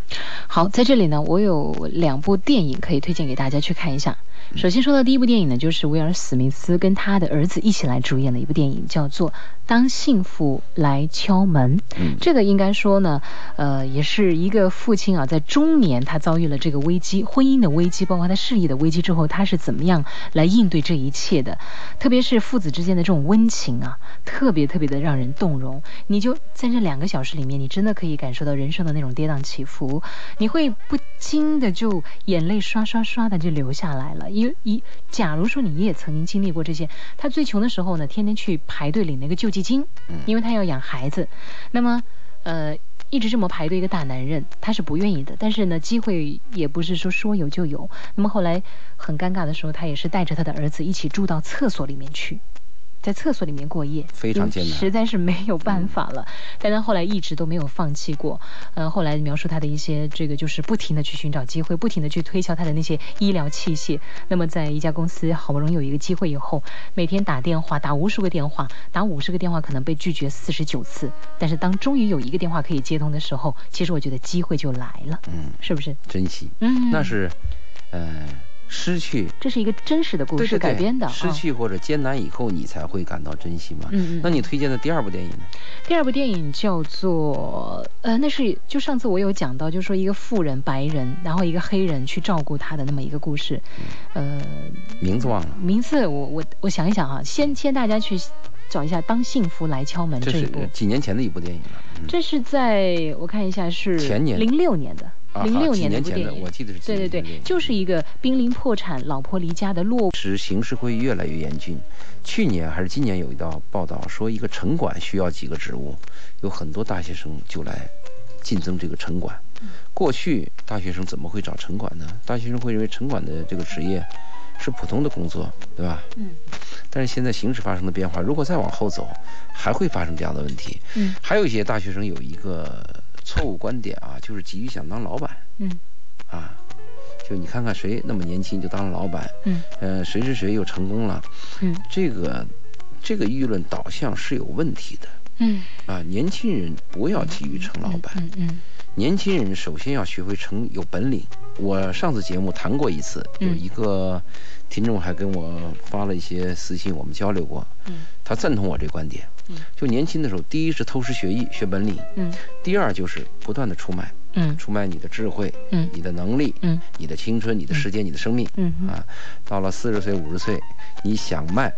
S1: 好，在这里呢，我有两部电影可以推荐给大家去看一下。
S2: 嗯
S1: 首先说到第一部电影呢，就是威尔史密斯跟他的儿子一起来主演的一部电影，叫做《当幸福来敲门》。
S2: 嗯
S1: 这个应该说呢，呃，也是一个父亲啊，在中年他遭遇了这个危机，婚姻的危机，包括他事业的危机之后，他是怎么样来应对这一切的？特别是父子之间的这种温情啊，特别特别的让人动容。你就在这两个小时里面，你真的可以感受到人生的那种跌宕起伏，你会不禁的就眼泪刷刷刷的就流下来了。因为一，假如说你也曾经经历过这些，他最穷的时候呢，天天去排队领那个救济金，
S2: 嗯
S1: 因为他要养孩子。那么，呃，一直这么排队一个大男人，他是不愿意的。但是呢，机会也不是说说有就有。那么后来很尴尬的时候，他也是带着他的儿子一起住到厕所里面去。在厕所里面过夜，
S2: 非常
S1: 因为
S2: 艰难嗯
S1: 实在是没有办法了。但他后来一直都没有放弃过。呃，后来描述他的一些这个，就是不停的去寻找机会，不停的去推销他的那些医疗器械。那么在一家公司好不容易有一个机会以后，每天打电话打无数个电话，打五十个电话可能被拒绝四十九次。但是当终于有一个电话可以接通的时候，其实我觉得机会就来了，
S2: 嗯，
S1: 是不是？
S2: 珍惜，
S1: 嗯，
S2: 那是，呃，失去，
S1: 这是一个真实的故
S2: 对
S1: 事
S2: 对
S1: 改
S2: 对，
S1: 编的，
S2: 失
S1: 啊
S2: 去或者艰难以后，你才会感到珍惜嘛。
S1: 嗯嗯
S2: 那你推荐的第二部电影呢？
S1: 第二部电影叫做呃，那是就上次我有讲到，就说一个富人白人，然后一个黑人去照顾他的那么一个故事，
S2: 嗯
S1: 呃，
S2: 名字忘了，
S1: 名字我我我想一想啊，先先大家去找一下《当幸福来敲门》
S2: 这
S1: 这一
S2: 是
S1: 部，
S2: 几年前的一部电影了。嗯
S1: 这是在我看一下是
S2: 前年
S1: 零六年的。
S2: 啊
S1: 零六
S2: 好
S1: 的
S2: 几
S1: 一
S2: 年
S1: 部
S2: 前
S1: 电
S2: 的
S1: 影，
S2: 我记得是几
S1: 对对
S2: 年
S1: 对
S2: 前的电，影
S1: 就是一个濒临破产、老婆离家的落
S2: 时形势会越来越严峻。去年还是今年有一道报道说，一个城管需要几个职务，有很多大学生就来竞争这个城管。过去大学生怎么会找城管呢？大学生会认为城管的这个职业是普通的工作，对吧？
S1: 嗯
S2: 但是现在形势发生了变化，如果再往后走，还会发生这样的问题。
S1: 嗯
S2: 还有一些大学生有一个错误观点啊，就是急于想当老板
S1: 嗯
S2: 啊，就你看看谁那么年轻就当了老板，
S1: 嗯
S2: 呃，谁谁谁又成功了，
S1: 嗯
S2: 这个这个舆论导向是有问题的
S1: 嗯，
S2: 啊！年轻人不要急于成老板，
S1: 嗯嗯
S2: 年轻人首先要学会成有本领。我上次节目谈过一次，有
S1: 嗯
S2: 一个听众还跟我发了一些私信，我们交流过，
S1: 嗯
S2: 他赞同我这观点。
S1: 嗯
S2: 就年轻的时候，第一是偷师学艺、学本领，
S1: 嗯
S2: 第二就是不断的出卖，
S1: 嗯
S2: 出卖你的智慧、
S1: 嗯
S2: 你的能力、
S1: 嗯
S2: 你的青春、你的时间、你的生命。
S1: 嗯嗯
S2: 啊，到了四十岁、五十岁，你想卖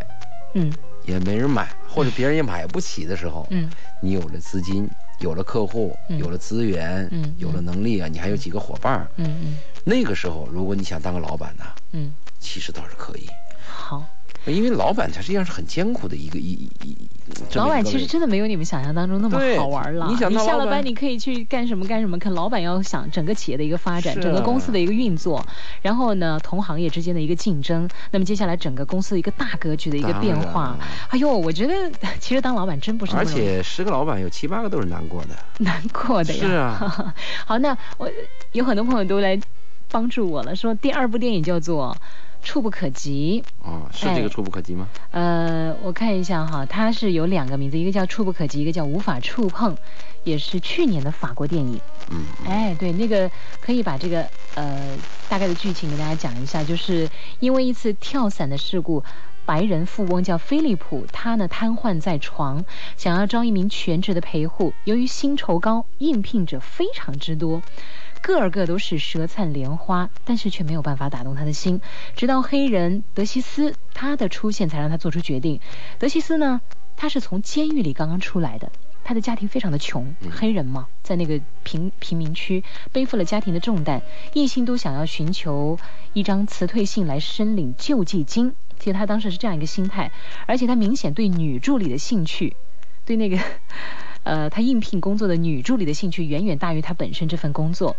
S1: 嗯
S2: 也没人买，或者别人也买不起的时候，
S1: 嗯
S2: 你有了资金，有了客户，
S1: 嗯
S2: 有了资源，
S1: 嗯
S2: 有了能力啊，你还有几个伙伴儿。
S1: 嗯
S2: 那个时候，如果你想当个老板呢、
S1: 嗯，
S2: 其实倒是可以，
S1: 好。
S2: 因为老板他实际上是很艰苦的一个一一一。这么
S1: 老板
S2: 一个
S1: 其实真的没有你们想象当中那么
S2: 对
S1: 好玩了。
S2: 你想到
S1: 下
S2: 老
S1: 了班
S2: 板
S1: 你可以去干什么干什么，可老板要想整个企业的一个发展，
S2: 是
S1: 整个公司
S2: 啊
S1: 的一个运作，然后呢，同行业之间的一个竞争，那么接下来整个公司的一个大格局的一个
S2: 当
S1: 变
S2: 然
S1: 化
S2: 了。
S1: 哎呦，我觉得其实当老板真不是那
S2: 而
S1: 么容易
S2: 且十个老板有七八个都是难过的。
S1: <laughs> 难过的呀。
S2: 是啊
S1: 好，那我有很多朋友都来帮助我了，说第二部电影叫做《触不可及》。
S2: 哦，是这
S1: <laughs> 哎
S2: 个触不可及吗？
S1: 呃，我看一下哈，它是有两个名字，一个叫《触不可及》，一个叫《无法触碰》，也是去年的法国电影。
S2: 嗯，
S1: 哎，对，那个可以把这个呃大概的剧情给大家讲一下，就是呃因为一次跳伞的事故。白人富翁叫菲利普，他呢瘫痪在床，想要招一名全职的陪护。由于薪酬高，应聘者非常之多，个儿个都是舌灿莲花，但是却没有办法打动他的心。直到黑人德西斯他的出现，才让他做出决定。德西斯呢，他是从监狱里刚刚出来的，他的家庭非常的穷，
S2: 嗯
S1: 黑人嘛，在那个贫贫民区背负了家庭的重担，一心都想要寻求一张辞退信来申领救济金。其实他当时是这样一个心态，而且他明显对女助理的兴趣，对那个， <laughs> 呃，他应聘工作的女助理的兴趣远远大于他本身这份工作。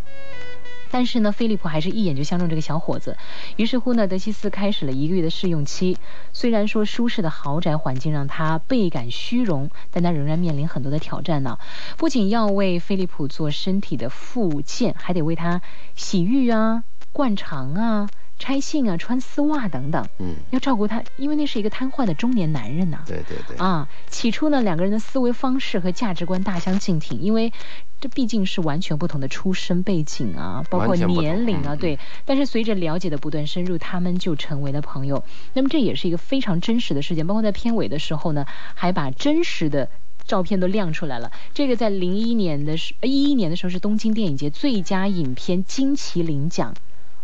S1: 但是呢，菲利普还是一眼就相中这个小伙子，于是乎呢，德西斯开始了一个月的试用期。虽然说舒适的豪宅环境让他倍感虚荣，但他仍然面临很多的挑战呢、不仅要为菲利普做身体的复健，还得为他洗浴啊、灌肠啊、拆信啊、穿丝袜等等，
S2: 嗯，
S1: 要照顾他，因为那是一个瘫痪的中年男人呐、
S2: 对对对。
S1: 啊，起初呢，两个人的思维方式和价值观大相径庭，因为这毕竟是完全不同的出身背景啊，包
S2: 完
S1: 括
S2: 全不同
S1: 年龄啊，
S2: 嗯
S1: 对。但是随着了解的不断深入，他们就成为了朋友。那么这也是一个非常真实的事件，包括在片尾的时候呢，还把真实的。照片都亮出来了。这个在零一年的时，一一年的时候是东京电影节最佳影片金麒麟奖，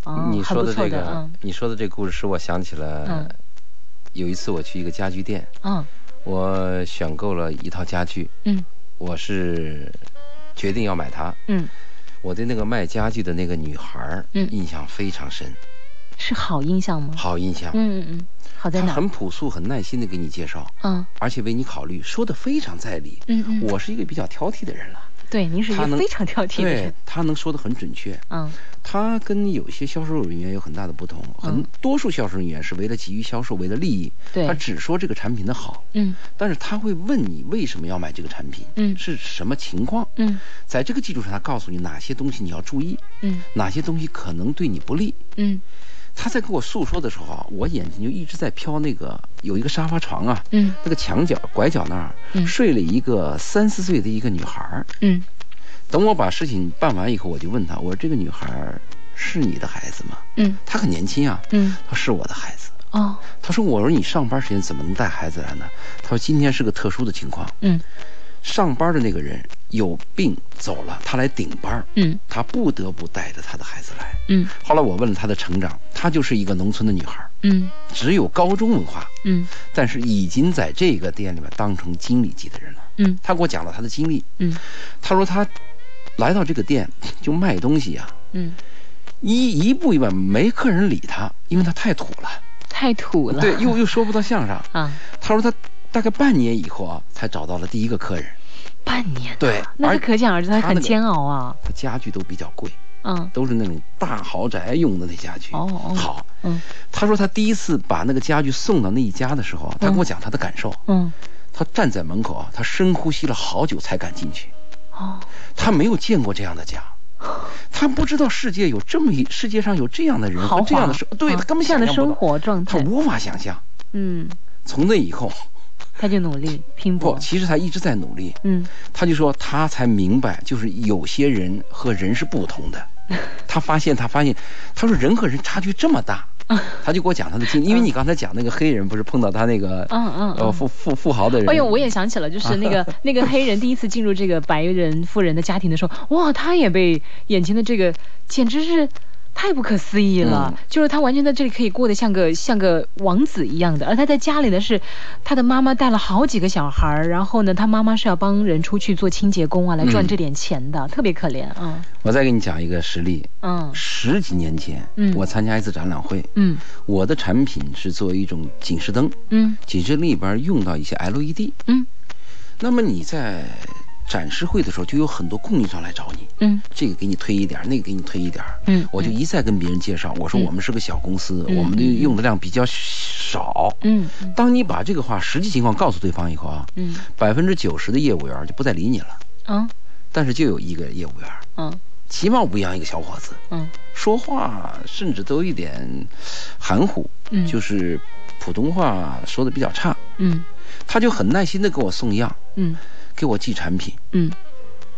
S1: 啊、
S2: 你
S1: 很
S2: 说
S1: 不
S2: 的
S1: 错
S2: 这
S1: 的，
S2: 个
S1: 嗯，
S2: 你说的这个故事使我想起了
S1: 嗯，
S2: 有一次我去一个家具店，
S1: 嗯
S2: 我选购了一套家具，
S1: 嗯
S2: 我是决定要买它。
S1: 嗯，
S2: 我对那个卖家具的那个女孩儿
S1: 嗯
S2: 印象非常深，
S1: 是好印象吗？
S2: 好印象。
S1: 嗯嗯嗯，好在
S2: 她
S1: 哪儿？
S2: 很朴素、很耐心的给你介绍，
S1: 嗯
S2: 而且为你考虑，说的非常在理。
S1: 嗯嗯。
S2: 我是一个比较挑剔的人了，
S1: 对，您是一
S2: 他
S1: 个
S2: 能
S1: 非常挑剔的
S2: 对
S1: 人，
S2: 他能说的很准确。
S1: 嗯
S2: 他跟有些销售人员有很大的不同，很
S1: 嗯
S2: 多数销售人员是为了急于销售，为了利益，
S1: 对
S2: 他只说这个产品的好，
S1: 嗯
S2: 但是他会问你为什么要买这个产品，
S1: 嗯
S2: 是什么情况，
S1: 嗯
S2: 在这个基础上，他告诉你哪些东西你要注意，
S1: 嗯
S2: 哪些东西可能对你不利。
S1: 嗯
S2: 他在跟我诉说的时候啊，我眼睛就一直在瞟那个有一个沙发床啊，
S1: 嗯
S2: 那个墙角拐角那儿、
S1: 嗯
S2: 睡了一个三四岁的一个女孩儿。
S1: 嗯
S2: 等我把事情办完以后，我就问他，我说这个女孩儿是你的孩子吗？
S1: 嗯
S2: 她很年轻啊。
S1: 嗯
S2: 他说是我的孩子。
S1: 哦
S2: 他说我说你上班时间怎么能带孩子来呢？他说今天是个特殊的情况，
S1: 嗯
S2: 上班的那个人有病走了，他来顶班儿，
S1: 嗯
S2: 他不得不带着他的孩子来。
S1: 嗯
S2: 后来我问了她的成长，她就是一个农村的女孩儿，
S1: 嗯
S2: 只有高中文化，
S1: 嗯
S2: 但是已经在这个店里面当成经理级的人了。
S1: 嗯
S2: 她给我讲了她的经历，
S1: 嗯
S2: 她说她来到这个店就卖东西啊，
S1: 嗯，
S2: 一一步一步没客人理她，因为她太土了，
S1: 太土了。
S2: <laughs> 对，又又说不到相声。
S1: 啊，
S2: 他说他大概半年以后啊，才找到了第一个客人。
S1: 半年啊。
S2: 对
S1: 那
S2: 而
S1: 他可想而知，他
S2: 他那
S1: 很
S2: 个
S1: 煎熬啊。
S2: 他家具都比较贵，
S1: 嗯
S2: 都是那种大豪宅用的那家具。
S1: 哦哦
S2: 好，
S1: 嗯
S2: 他说他第一次把那个家具送到那一家的时候啊，他跟我讲他的感受。
S1: 嗯
S2: 他站在门口啊，他深呼吸了好久才敢进去。
S1: 哦
S2: 他没有见过这样
S1: <laughs>
S2: 的家，他不知道世界有这么一世界上有这样的人
S1: 豪
S2: 和
S1: 华
S2: 这样的生，对
S1: 啊
S2: 他根本
S1: 这样的
S2: 想象不
S1: 生
S2: 到，
S1: 活嗯状
S2: 他
S1: 态，
S2: 无法想象。
S1: 嗯，
S2: 从那以后，
S1: 他就努力拼
S2: 不
S1: 搏，，
S2: 其实他一直在努力。
S1: 嗯
S2: 他就说他才明白，就是有些人和人是不
S1: <laughs>
S2: 同的。他发现，他发现，他说人和人差距这么
S1: <laughs>
S2: 大，他就给我讲他的经历。因为你刚才讲那个黑人，不是碰到他那个
S1: 嗯嗯
S2: 呃
S1: 嗯。
S2: 富富富豪的人，
S1: 哎呦，我也想起了，就是
S2: <laughs>
S1: 那个那个黑人第一次进入这个白人富人的家庭的时候，哇，他也被眼前的这个简直是太不可思议了，
S2: 嗯
S1: 就是他完全在这里可以过得像个像个王子一样的，而他在家里呢是他的妈妈带了好几个小孩儿，然后呢他妈妈是要帮人出去做清洁工啊来赚
S2: 嗯
S1: 这点钱的，特别可怜啊，
S2: 我再给你讲一个实例。
S1: 嗯
S2: 十几年前，
S1: 嗯
S2: 我参加一次展览会，
S1: 嗯
S2: 我的产品是作为一种警示灯，
S1: 嗯
S2: 警示灯里边用到一些 LED。
S1: 嗯
S2: 那么你在展示会的时候，就有很多供应商来找你，
S1: 嗯
S2: 这个给你推一点儿，那个给你推一点儿。
S1: 嗯，
S2: 我就一再跟别人介绍，我说
S1: 嗯
S2: 我们是个小公司，
S1: 嗯
S2: 我们的用的量比较少。
S1: 嗯嗯
S2: 当你把这个话实际情况告诉对方以后啊，
S1: 嗯
S2: 百分之九十的业务员就不再理你了，
S1: 嗯
S2: 但是就有一个业务员，
S1: 嗯
S2: 其貌不扬一个小伙子，
S1: 嗯
S2: 说话甚至都有一点含糊，
S1: 嗯，
S2: 就是普通话说的比较差，
S1: 嗯
S2: 他就很耐心的给我送样，
S1: 嗯
S2: 给我寄产品，
S1: 嗯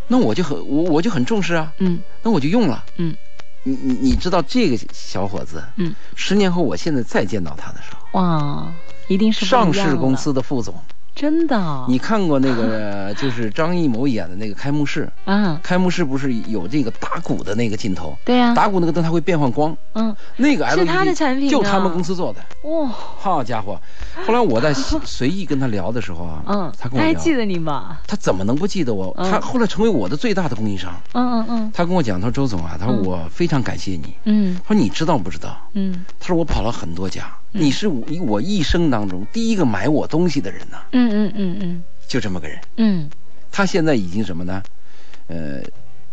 S2: 那我就很我我就很重视啊，
S1: 嗯
S2: 那我就用了。
S1: 嗯
S2: 你你你知道这个小伙子，
S1: 嗯。
S2: 十年后我现在再见到他的时候。
S1: 哇，一定是不
S2: 上
S1: 一样啊
S2: 市公
S1: 了
S2: 司的副总，
S1: 真的哦、
S2: 你看过那个就是张艺谋演的那个开幕式？
S1: 啊，
S2: 开幕式不是有这个打鼓的那个镜头？
S1: 对呀、
S2: 打鼓那个灯它会变换光，
S1: 嗯，
S2: 那个 LED
S1: 是他的产品啊
S2: 就他们公司做的。
S1: 哇、
S2: 好家伙！后来
S1: <laughs>
S2: 我在随意跟他聊的时候啊，
S1: 嗯，
S2: 他跟我
S1: 还记
S2: 聊，
S1: 得你吧？
S2: 他怎么能不记得我？
S1: 嗯
S2: 他后来成为我的最大的供应商。
S1: 嗯嗯
S2: 他跟我讲，他说周总啊，他说
S1: 嗯
S2: 我非常感谢你。
S1: 嗯
S2: 他说你知道不知道？
S1: 嗯
S2: 他说我跑了很多家，
S1: 嗯
S2: 你是我我一生当中第一个买我东西的人呐、
S1: 嗯嗯嗯嗯
S2: 就这么个人。
S1: 嗯
S2: 他现在已经什么呢？呃，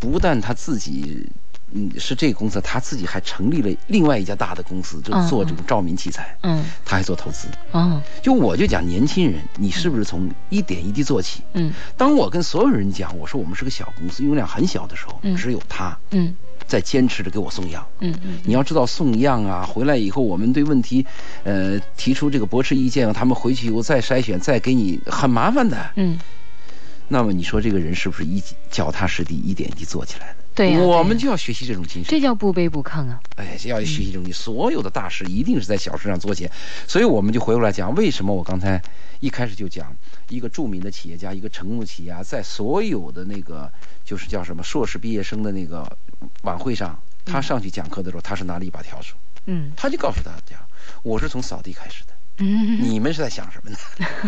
S2: 不但他自己，嗯，是这个公司，他自己还成立了另外一家大的公司，就
S1: 嗯
S2: 做这种照明器材，
S1: 嗯
S2: 他还做投资。
S1: 嗯
S2: 就我就讲年轻人，你是不是从一点一滴做起？
S1: 嗯
S2: 当我跟所有人讲，我说我们是个小公司，用量很小的时候，
S1: 嗯
S2: 只有他
S1: 嗯
S2: 在坚持着给我送样。
S1: 嗯嗯，
S2: 你要知道送样啊，回来以后我们对问题，呃，提出这个驳斥意见，啊他们回去以后再筛选，再给你很麻烦的。
S1: 嗯
S2: 那么你说这个人是不是一脚踏实地，一点一滴做起来的？
S1: 对呀、
S2: 我
S1: 对
S2: 们
S1: 呀
S2: 就要学习这种精神。
S1: 这叫不卑不亢啊。
S2: 哎，要学习这种精神，所有的大事一定是在小事上做起。所以我们就回过来讲，为什么我刚才一开始就讲，一个著名的企业家，一个成功的企业家，在所有的那个就是叫什么硕士毕业生的那个晚会上，他上去讲课的时候，他是拿了一把笤帚，
S1: 嗯
S2: 他就告诉大家，我是从扫地开始的，
S1: 嗯。
S2: 你们是在想什么呢？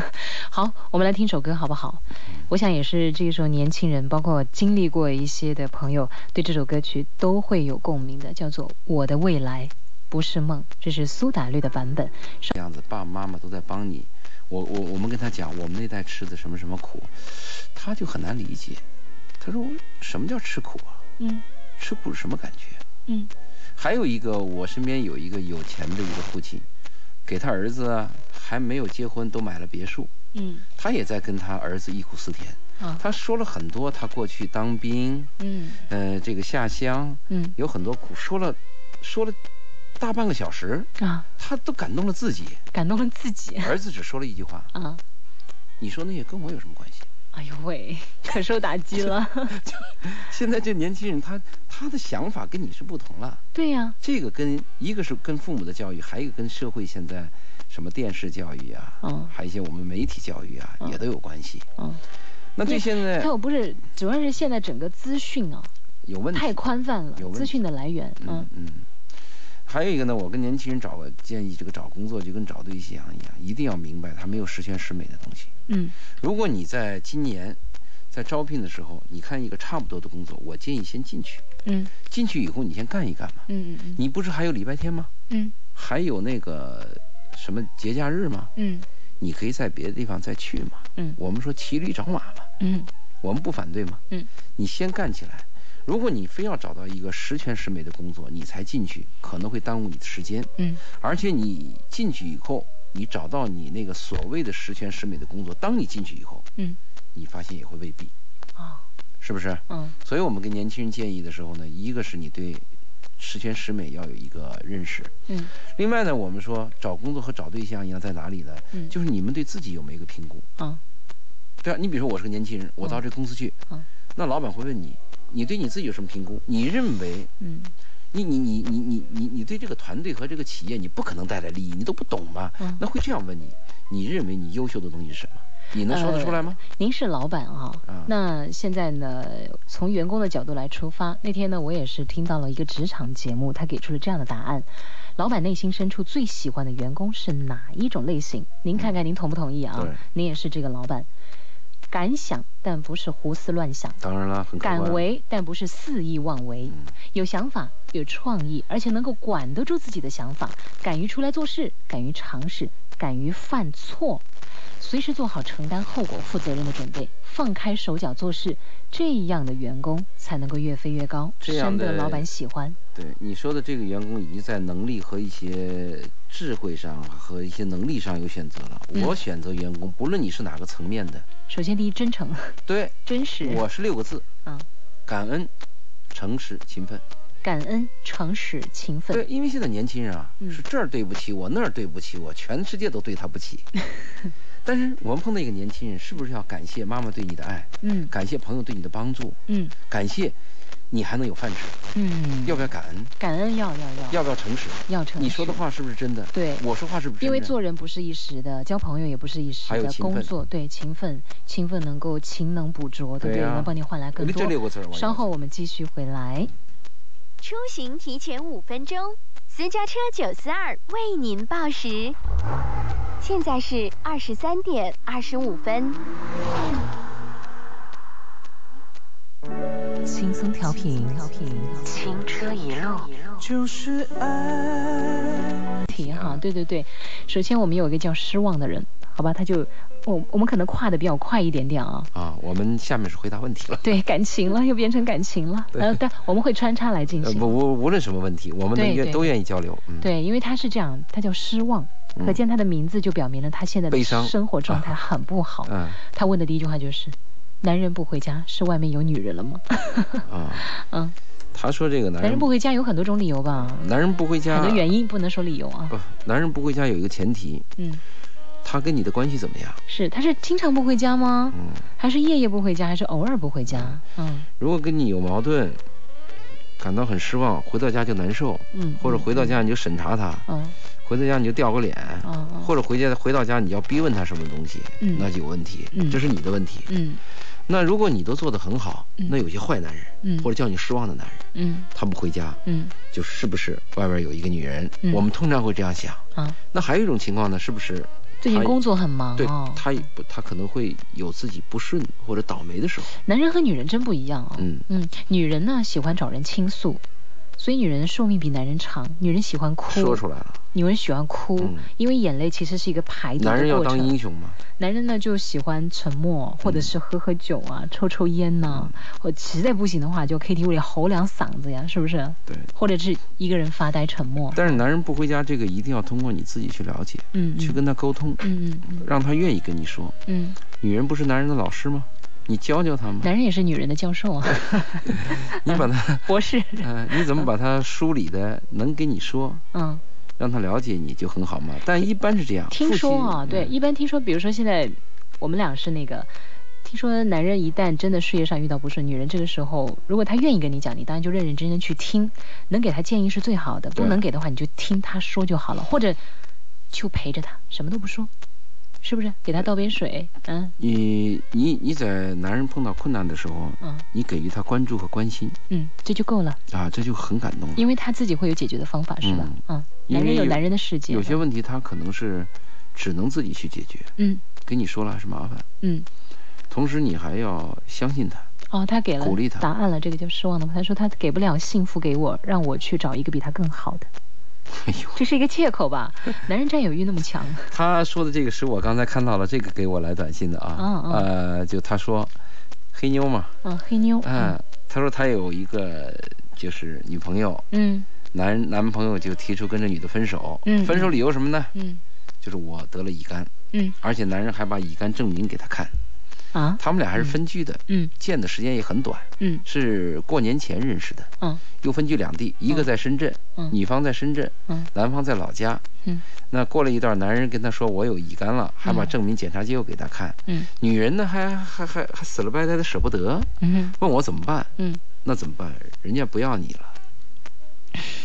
S1: <laughs> 好，我们来听首歌好不好？我想也是这时候年轻人，包括经历过一些的朋友，对这首歌曲都会有共鸣的，叫做《我的未来不是梦》，这是苏打绿的版本。
S2: 这样子，爸爸妈妈都在帮你。我我我们跟他讲，我们那代吃的什么什么苦，他就很难理解。他可是我什么叫吃苦啊？
S1: 嗯
S2: 吃苦是什么感觉？
S1: 嗯
S2: 还有一个，我身边有一个有钱的一个父亲，给他儿子啊还没有结婚都买了别墅，
S1: 嗯
S2: 他也在跟他儿子忆苦思甜。
S1: 啊
S2: 他说了很多他过去当兵，
S1: 嗯
S2: 呃，这个下乡
S1: 嗯
S2: 有很多苦，说了说了大半个小时，
S1: 啊，
S2: 他都感动了自
S1: <laughs>
S2: 己。
S1: 感动了自己
S2: 儿子只说了一句话
S1: 啊！：“
S2: 你说那些跟我有什么关系
S1: 哎呦喂，可受打击了。？”
S2: 现在这年轻人他他的想法跟你是不同了。
S1: <laughs> 对呀、
S2: 这个跟一个是跟父母的教育，还有一个跟社会现在什么电视教育啊，
S1: 嗯
S2: 还有一些我们媒体教育啊，
S1: 嗯
S2: 也都有关系。
S1: 嗯，
S2: 那对现在
S1: 还有不是，主要是现在整个资讯啊
S2: 有问题，
S1: 太宽泛了
S2: 有，问题
S1: 资讯的来源，
S2: 嗯
S1: 嗯
S2: 嗯。还有一个呢，我跟年轻人找个建议，这个找工作就跟找对象一样，一定要明白他没有十全十美的东西。
S1: 嗯
S2: 如果你在今年在招聘的时候，你看一个差不多的工作，我建议先进去，
S1: 嗯
S2: 进去以后你先干一干嘛。
S1: 嗯嗯
S2: 你不是还有礼拜天吗？
S1: 嗯
S2: 还有那个什么节假日吗？
S1: 嗯
S2: 你可以在别的地方再去嘛。
S1: 嗯
S2: 我们说骑驴找马嘛，
S1: 嗯
S2: 我们不反对嘛。
S1: 嗯，
S2: 你先干起来。如果你非要找到一个十全十美的工作，你才进去，可能会耽误你的时间。
S1: 嗯
S2: 而且你进去以后，你找到你那个所谓的十全十美的工作，当你进去以后，
S1: 嗯
S2: 你发现也会未必，
S1: 啊
S2: 是不是？
S1: 嗯
S2: 所以我们给年轻人建议的时候呢，一个是你对十全十美要有一个认识，
S1: 嗯
S2: 另外呢，我们说找工作和找对象一样，在哪里呢？
S1: 嗯
S2: 就是你们对自己有没有一个评估？
S1: 啊
S2: 对啊，你比如说我是个年轻人，我到这公司去，
S1: 啊
S2: 那老板会问你，你对你自己有什么评估？你认为
S1: 嗯
S2: 你你你你你你你对这个团队和这个企业，你不可能带来利益，你都不懂吧？
S1: 嗯
S2: 那会这样问你，你认为你优秀的东西是什么？你能说得出来吗？
S1: 您是老板啊，
S2: 啊
S1: 那现在呢，从员工的角度来出发，那天呢，我也是听到了一个职场节目，他给出了这样的答案：老板内心深处最喜欢的员工是哪一种类型？您看看您同不同意啊
S2: 对？
S1: 您也是这个老板，敢想但不是胡思乱想，
S2: 当然了，很客观啊
S1: 敢为但不是肆意妄为，
S2: 嗯
S1: 有想法、有创意，而且能够管得住自己的想法，敢于出来做事，敢于尝试，敢于犯错，随时做好承担后果、负责任的准备，放开手脚做事，这样的员工才能够越飞越高，
S2: 这样
S1: 深
S2: 的
S1: 得老板喜欢。
S2: 对你说的这个员工已经在能力和一些智慧上和一些能力上有选择了。
S1: 嗯
S2: 我选择员工，不论你是哪个层面的，
S1: 首先，第一，真诚、
S2: 对，
S1: 真实，
S2: 我是六个字：
S1: 啊，
S2: 感恩、诚实、勤奋。
S1: 感恩、诚实、勤奋。
S2: 对，因为现在年轻人啊，
S1: 嗯
S2: 是这儿对不起我，那儿对不起我，全世界都对他
S1: <laughs>
S2: 不起。但是我们碰到一个年轻人，是不是要感谢妈妈对你的爱，
S1: 嗯
S2: 感谢朋友对你的帮助，
S1: 嗯
S2: 感谢你还能有饭吃？
S1: 嗯，
S2: 要不要感恩？
S1: 感恩要要要
S2: 要不要诚实？
S1: 要诚实。
S2: 你说的话是不是真的？
S1: 对
S2: 我说话是不是真的？
S1: 因为做人不是一时的，交朋友也不是一时
S2: 还有
S1: 的，
S2: 勤奋
S1: 工作对勤奋，勤奋能够勤能补拙，对不
S2: 对
S1: 对？
S2: 呀
S1: 能帮你换来更
S2: 我就
S1: 多。
S2: 这六个字儿我
S1: 稍
S2: 要
S1: 后我们继续回来。
S3: 出行提前五分钟，私家车九四二为您报时。现在是二十三点二十五分。
S1: 轻松调频，调频，
S4: 轻车一路，
S5: 就是爱。
S1: 题哈，对对对。首先我们有一个叫失望的人，好吧，他就我我们可能跨的比较快一点点啊。
S2: 啊，我们下面是回答问题了。
S1: 对，感情了，又变成感情了。
S2: 对
S1: 呃，但我们会穿插来进嗯
S2: 呃，
S1: 行。
S2: 不无无论什么问题，我们
S1: 对
S2: 能愿
S1: 对
S2: 都愿意交流。嗯，
S1: 对，因为他是这样，他叫失望，可见他的名字就表明了他现在的
S2: 悲伤啊
S1: 生活状态很不好。
S2: 嗯
S1: 他问的第一句话就是：“男人不回家是外面有女人了吗 <laughs>
S2: 啊，？”
S1: 嗯，
S2: 他说这个男
S1: 男人
S2: 人
S1: 不回家有很多种理由吧，
S2: 男人不回家，
S1: 很多原因不能说理由啊。
S2: 不，男人不回家有一个前提，
S1: 嗯，
S2: 他跟你的关系怎么样？
S1: 是，他是经常不回家吗？
S2: 嗯，
S1: 还是夜夜不回家？还是偶尔不回家？嗯
S2: 如果跟你有矛盾，感到很失望，回到家就难受，
S1: 嗯，
S2: 或者回到家你就审查他，
S1: 嗯
S2: 回到家你就掉个脸，
S1: 嗯嗯
S2: 或者回家回到家你要逼问他什么东西，
S1: 嗯
S2: 那就有问题，
S1: 嗯
S2: 这是你的问题。
S1: 嗯
S2: 那如果你都做得很好，
S1: 嗯
S2: 那有些坏男人、
S1: 嗯
S2: 或者叫你失望的男人，
S1: 嗯
S2: 他不回家，
S1: 嗯
S2: 就是是不是外边有一个女人？
S1: 嗯
S2: 我们通常会这样想。
S1: 啊，
S2: 那还有一种情况呢，是不是
S1: 最近
S2: 他
S1: 工作很忙
S2: 对
S1: 哦。
S2: 他也不，他可能会有自己不顺或者倒霉的时候。
S1: 男人和女人真不一样哦。
S2: 嗯
S1: 女人呢喜欢找人倾诉，所以女人的寿命比男人长，女人喜欢哭，
S2: 说出来了。
S1: 女人喜欢哭，
S2: 嗯
S1: 因为眼泪其实是一个排毒的过程。
S2: 男人要当嗯英雄嘛，
S1: 男人呢就喜欢沉默，或者是喝喝酒啊，抽抽烟呐、
S2: 嗯
S1: 我实在不行的话，就 KTV 里吼两嗓子呀，是不是？
S2: 对。
S1: 或者是一个人发呆沉默。
S2: 但是男人不回家，这个一定要通过你自己去了解，
S1: 嗯，嗯
S2: 去跟他沟通，
S1: 嗯嗯
S2: 让他愿意跟你说。
S1: 嗯嗯，
S2: 女人不是男人的老师吗？你教教他吗？
S1: 男人也是女人的教授啊，
S2: <laughs> 你把他，
S1: 博
S2: <laughs>
S1: 士。
S2: 呃，你怎么把他梳理的能跟你说，
S1: 嗯，
S2: 让他了解你就很好嘛？但一般是这样，
S1: 听说啊，
S2: 夫妻
S1: 对，一般听说，比如说现在我们俩是那个。听说男人一旦真的事业上遇到不顺，女人这个时候，如果她愿意跟你讲，你当然就认认真真去听，能给她建议是最好的，不
S2: 对
S1: 能给的话你就听她说就好了，或者就陪着她，什么都不说，是不是？给她倒杯水，嗯
S2: 你你你在男人碰到困难的时候，
S1: 嗯
S2: 你给予他关注和关心
S1: 嗯，这就够了，
S2: 啊，这就很感动了。
S1: 因为她自己会有解决的方法，是吧？嗯，
S2: 因
S1: 男
S2: 为
S1: 人有男人的世界，
S2: 有些问题他可能是只能自己去解决，
S1: 嗯
S2: 跟你说了是麻烦，
S1: 嗯，
S2: 同时你还要相信他。 <laughs>
S1: 哦，他给了
S2: 鼓励他
S1: 答案了，这个就失望了吗？他说他给不了幸福给我，让我去找一个比他更好的，
S2: 哎呦，
S1: 这是一个借口
S2: <laughs>
S1: 吧？男人占有欲那么强，
S2: 他说的这个是我刚才看到了，这个给我来短信的啊，
S1: 嗯嗯
S2: 呃，就他说黑妞嘛，
S1: 嗯，黑妞，
S2: 嗯、他说他有一个就是女朋友，
S1: 嗯
S2: 男男朋友就提出跟这女的分手，
S1: 嗯
S2: 分手理由什么呢？
S1: 嗯
S2: 就是我得了乙肝，
S1: 嗯
S2: 而且男人还把乙肝证明给他看，
S1: 啊，
S2: 他们俩还是分居的，
S1: 嗯
S2: 见的时间也很短，
S1: 嗯
S2: 是过年前认识的，
S1: 嗯
S2: 又分居两地，一个在深圳，
S1: 嗯
S2: 女方在深圳，
S1: 嗯
S2: 男方在老家。
S1: 嗯
S2: 那过了一段，男人跟她说我有乙肝了，还把
S1: 嗯
S2: 证明检查结果给她看。
S1: 嗯
S2: 女人呢，还还还还死了白呆的舍不得，
S1: 嗯
S2: 问我怎么办？
S1: 嗯，
S2: 那怎么办？人家不要你了，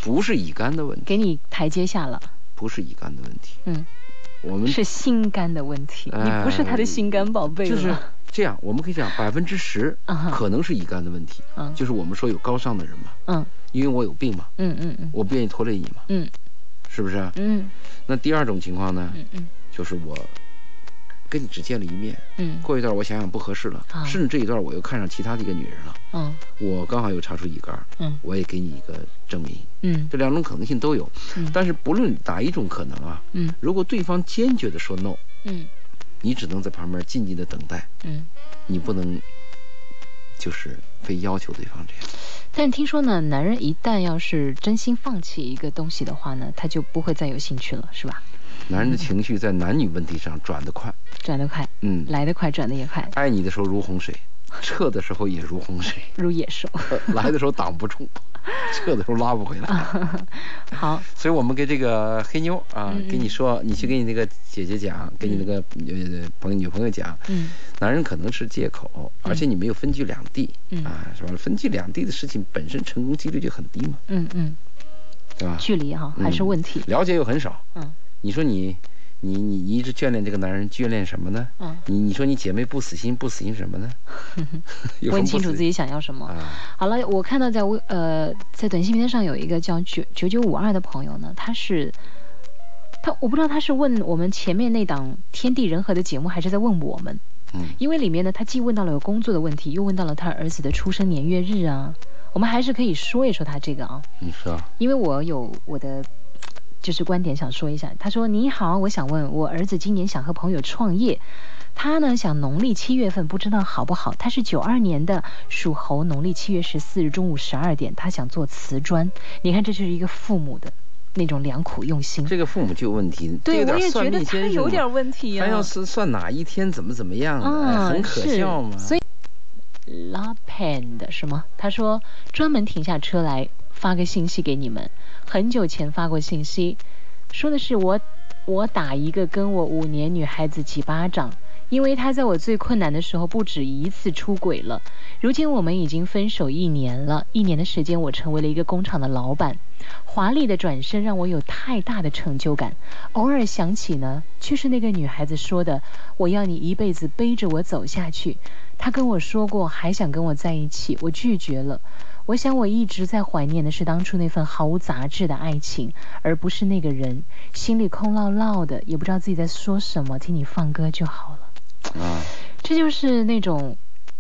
S2: 不是乙肝的问题，
S1: 给你台阶下了，
S2: 不是乙肝的问题，
S1: 嗯，
S2: 我们
S1: 是心肝的问题，你不是他的心肝宝贝
S2: 哎就
S1: 了，
S2: 是这样，我们可以讲百分之十
S1: 啊哈
S2: 可能是乙肝的问题，
S1: 嗯
S2: 就是我们说有高尚的人嘛，
S1: 嗯
S2: 因为我有病嘛，
S1: 嗯嗯嗯
S2: 我不愿意拖累你嘛，
S1: 嗯
S2: 是不是啊？
S1: 嗯
S2: 那第二种情况呢，
S1: 嗯嗯
S2: 就是我跟你只见了一面，
S1: 嗯
S2: 过一段我想想不合适了，
S1: 啊
S2: 甚至这一段我又看上其他的一个女人了，
S1: 嗯
S2: 我刚好又查出乙肝，
S1: 嗯
S2: 我也给你一个证明，
S1: 嗯
S2: 这两种可能性都有，
S1: 嗯
S2: 但是不论哪一种可能啊，
S1: 嗯
S2: 如果对方坚决的说 no，
S1: 嗯
S2: 你只能在旁边静静的等待，
S1: 嗯。
S2: 你不能就是非要求对方这样。
S1: 但听说呢，男人一旦要是真心放弃一个东西的话呢，他就不会再有兴趣了，是吧？
S2: 男人的情绪在男女问题上转得快，
S1: 转得快，
S2: 嗯，
S1: 来得快，转得也快，
S2: 爱你的时候如洪水， <laughs> 撤的时候也如洪水， <laughs>
S1: 如野兽。
S2: 来的时候挡不住， <laughs> 撤的时候拉不回来。 <laughs>
S1: 好，
S2: 所以我们给这个黑妞啊，
S1: 嗯嗯
S2: 跟你说，你去跟你那个姐姐讲，跟你那个呃朋友女朋友讲，
S1: 嗯
S2: 男人可能是借口，而且你们又分居两地，
S1: 嗯
S2: 啊，是吧？分居两地的事情本身成功几率就很低嘛，
S1: 嗯嗯，
S2: 对吧？
S1: 距离
S2: 嗯
S1: 哈、还是问题。
S2: 了解又很少，
S1: 嗯
S2: 你说你，你你你一直眷恋这个男人，眷恋什么呢？
S1: 嗯，
S2: 你你说你姐妹不死心，不死心什
S1: <laughs>
S2: 么呢？有什么
S1: 问
S2: 不
S1: 清楚自
S2: 死
S1: 己想要什么。
S2: 啊，
S1: 好了，我看到在微呃在短信平台上有一个叫九九九五二的朋友呢，他是他我不知道他是问我们前面那档天地人和的节目，还是在问我们，
S2: 嗯，
S1: 因为里面呢他既问到了有工作的问题，又问到了他儿子的出生年月日啊，我们还是可以说一说他这个啊，
S2: 你说，
S1: 因为我有我的就是观点想说一下。他说：“你好，我想问我儿子今年想和朋友创业，他呢想农历七月份，不知道好不好。他是九二年的，属猴，农历七月十四日中午十二点，他想做瓷砖。你看，这就是一个父母的那种良苦用心。
S2: 这个父母就有问题，这
S1: 对
S2: 有
S1: 我
S2: 点
S1: 也
S2: 算
S1: 觉得
S2: 命
S1: 他
S2: 先生
S1: 有
S2: 嘛
S1: 点问题呀、
S2: 还要是算哪一天怎么怎么样的，哎
S1: 啊，
S2: 很可
S1: 是
S2: 笑嘛。
S1: 所以拉 pen 的是吗？他说专门停下车来发个信息给你们，很久前发过信息，说的是我我打一个跟我五年女孩子几巴掌。因为他在我最困难的时候不止一次出轨了，如今我们已经分手一年了，一年的时间我成为了一个工厂的老板，华丽的转身让我有太大的成就感。偶尔想起呢，却是那个女孩子说的：“我要你一辈子背着我走下去。”她跟我说过还想跟我在一起，我拒绝了。我想我一直在怀念的是当初那份毫无杂质的爱情，而不是那个人。心里空落落的，也不知道自己在说什么，听你放歌就好了。
S2: 啊，
S1: 这就是那种，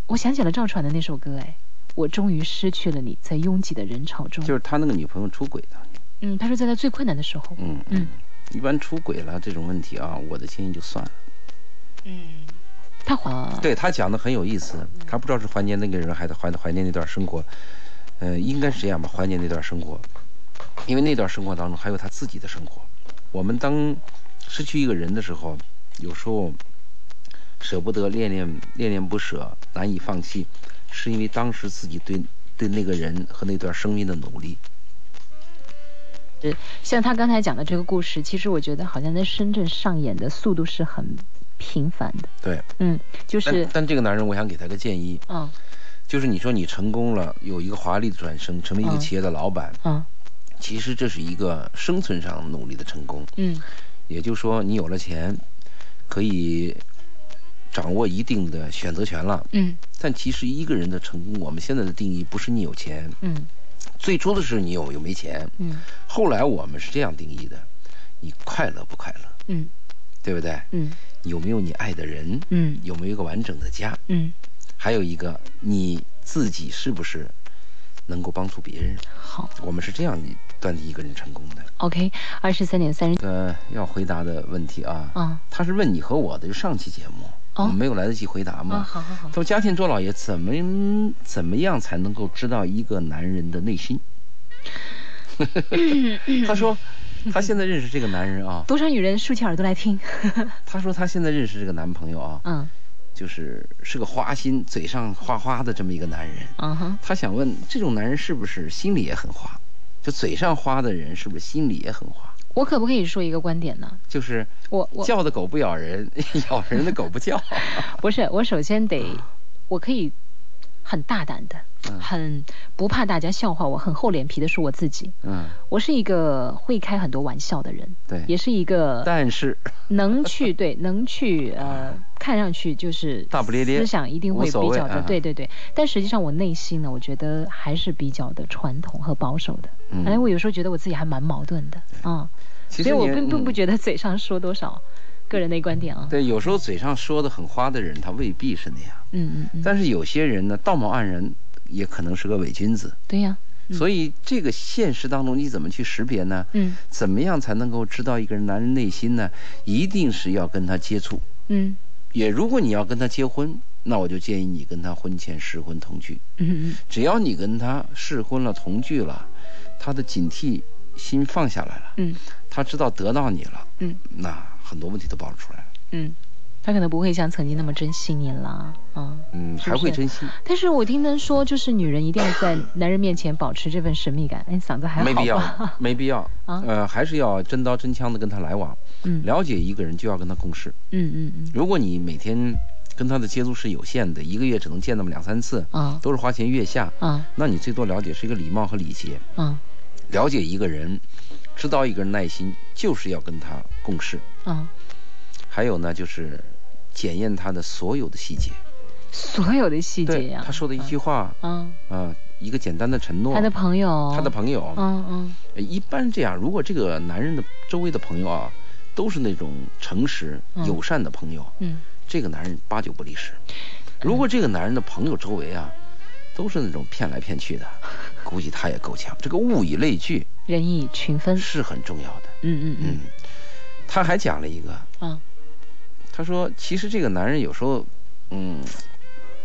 S1: 我想起了赵传的那首歌，哎，我终于失去了你，在拥挤的人潮中。
S2: 就是他那个女朋友出轨的，
S1: 嗯，他说在他最困难的时候，
S2: 嗯
S1: 嗯
S2: 一般出轨了这种问题啊，我的建议就算了。
S1: 嗯，他还
S2: 对他讲的很有意思，他不知道是怀念那个人，还是怀怀念那段生活，呃，应该是这样吧，怀念那段生活，因为那段生活当中还有他自己的生活。我们当失去一个人的时候，有时候舍不得、恋恋恋恋不舍、难以放弃，是因为当时自己对对那个人和那段生命的努力。
S1: 是像他刚才讲的这个故事，其实我觉得好像在深圳上演的速度是很频繁的，
S2: 对，
S1: 嗯，就
S2: 但
S1: 是
S2: 但这个男人，我想给他个建议，
S1: 嗯
S2: 就是你说你成功了，有一个华丽的转身，成为一个
S1: 嗯
S2: 企业的老板。
S1: 嗯
S2: 其实这是一个生存上努力的成功，
S1: 嗯
S2: 也就是说，你有了钱，可以掌握一定的选择权了。
S1: 嗯
S2: 但其实一个人的成功，我们现在的定义不是你有钱，
S1: 嗯
S2: 最初的是你有有没钱，
S1: 嗯
S2: 后来我们是这样定义的：你快乐不快乐，
S1: 嗯
S2: 对不对？
S1: 嗯
S2: 有没有你爱的人？
S1: 嗯
S2: 有没有一个完整的家？
S1: 嗯，
S2: 还有一个你自己是不是能够帮助别人？
S1: 好
S2: 我们是这样断定一个人成功的。
S1: ，OK，二十三点三十，
S2: 呃，要回答的问题啊，
S1: 啊
S2: 他是问你和我的，就上期节目，
S1: 哦
S2: 我们没有来得及回答
S1: 啊，
S2: 嘛。
S1: 好好好
S2: 他，说：“嘉庆周老爷怎么怎么样才能够知道一个男人的内心？” <laughs> 他说：“他现在认识这个男人啊，
S1: 多少女人竖起耳朵来听， <laughs>
S2: 他说他现在认识这个男朋友啊，
S1: 嗯
S2: 就是是个花心，嘴上花花的这么一个男人。
S1: 嗯哼，
S2: 他想问，这种男人是不是心里也很花？就嘴上花的人，是不是心里也很花？
S1: 我可不可以说一个观点呢？
S2: 就是
S1: 我我
S2: 叫的狗不咬人， <laughs> 咬人的狗
S1: <laughs>
S2: 不叫。
S1: 不是，我首先得，我可以很大胆的，
S2: 嗯
S1: 很不怕大家笑话我，很厚脸皮的说我自己，
S2: 嗯，
S1: 我是一个会开很多玩笑的人，
S2: 对。
S1: 也是一个
S2: 但是
S1: 能去
S2: <laughs>
S1: 对能去呃，看上去就是
S2: 大不咧咧
S1: 思想一定
S2: 无
S1: 会比
S2: 所谓
S1: 较的，
S2: 啊
S1: 对对对。但实际上我内心呢，我觉得还是比较的传统和保守的。
S2: 嗯
S1: 哎，我有时候觉得我自己还蛮矛盾的啊，
S2: 其
S1: 所以我并并不
S2: 得、
S1: 觉得嘴上说多少，个人的观点啊
S2: 嗯。对，有时候嘴上说的很花的人，他未必是那样。
S1: 嗯嗯嗯，
S2: 但是有些人呢，道貌岸然，也可能是个伪君子。
S1: 对呀，嗯
S2: 所以这个现实当中，你怎么去识别呢？
S1: 嗯
S2: 怎么样才能够知道一个人男人内心呢？一定是要跟他接触。
S1: 嗯
S2: 也如果你要跟他结婚，那我就建议你跟他婚前试婚同居。
S1: 嗯嗯
S2: 只要你跟他试婚了、同居了，他的警惕心放下来了，
S1: 嗯
S2: 他知道得到你了，
S1: 嗯
S2: 那很多问题都暴露出来了。
S1: 嗯，他可能不会像曾经那么珍惜你啦啊。
S2: 嗯，
S1: 是
S2: 还
S1: 不
S2: 会
S1: 是
S2: 珍惜。
S1: 但是我听人说，就是女人一定要在男人面前保持这份神秘感。哎，嗓子还好吧？
S2: 没
S1: <laughs>
S2: 必要，没必要。
S1: 啊
S2: 呃，还是要真刀真枪的跟他来往，
S1: 嗯
S2: 了解一个人就要跟他共事。
S1: 嗯嗯嗯
S2: 如果你每天跟他的接触是有限的，一个月只能见那么两三次，
S1: 啊
S2: 都是花前月下，
S1: 啊
S2: 那你最多了解是一个礼貌和礼节。
S1: 啊
S2: 了解一个人，知道一个人耐心，就是要跟他共事。
S1: 啊！
S2: 还有呢，就是检验他的所有的细节。
S1: 所有的细节
S2: 对
S1: 呀、，
S2: 他说的一句话，
S1: 啊，
S2: 呃，一个简单的承诺，
S1: 他的朋友，
S2: 他的朋友，
S1: 嗯嗯
S2: 呃一般这样，如果这个男人的周围的朋友啊，都是那种诚实、
S1: 嗯
S2: 友善的朋友，
S1: 嗯
S2: 这个男人八九不离十。如果这个男人的朋友周围啊，都是那种骗来
S1: <laughs>
S2: 骗去的，估计他也够呛。这个物以类聚
S1: 人以群分，
S2: 是很重要的。
S1: 嗯嗯
S2: 嗯
S1: 嗯，
S2: 他还讲了一个，
S1: 啊
S2: 他说其实这个男人有时候，嗯，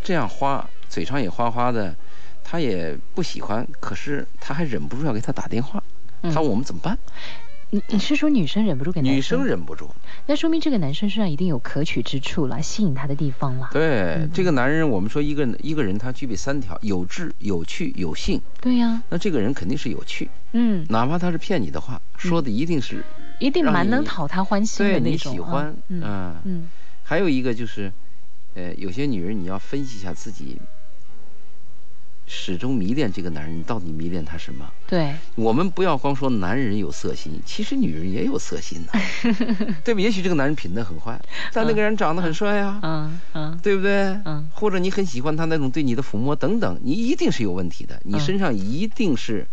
S2: 这样花嘴上也花花的，他也不喜欢，可是他还忍不住要给他打电话。
S1: 嗯
S2: 他问我们怎么办？
S1: 你你是说女生忍不住给男
S2: 女生
S1: 忍，
S2: 忍不住，
S1: 那说明这个男生身上一定有可取之处啦，吸引他的地方啦。
S2: 对，这个男人，我们说一个人一个人他具备三条：有志、有趣、有性。
S1: 对呀、
S2: 那这个人肯定是有趣，
S1: 嗯，
S2: 哪怕他是骗你的话，说的一定是
S1: 一定
S2: 让
S1: 蛮能
S2: 你
S1: 讨他欢心的
S2: 对
S1: 那
S2: 你
S1: 种啊。
S2: 喜欢。
S1: 嗯
S2: 嗯，
S1: 嗯
S2: 还有一个就是，呃，有些女人你要分析一下自己，始终迷恋这个男人，你到底迷恋他什么？
S1: 对，
S2: 我们不要光说男人有色心，其实女人也有色心呐、
S1: <laughs>
S2: 对吧？也许这个男人品德很坏，但那个人长得很帅啊。
S1: 嗯嗯
S2: 对不对？
S1: 嗯
S2: 或者你很喜欢他那种对你的抚摸等等，你一定是有问题的，你
S1: 嗯
S2: 身上一定是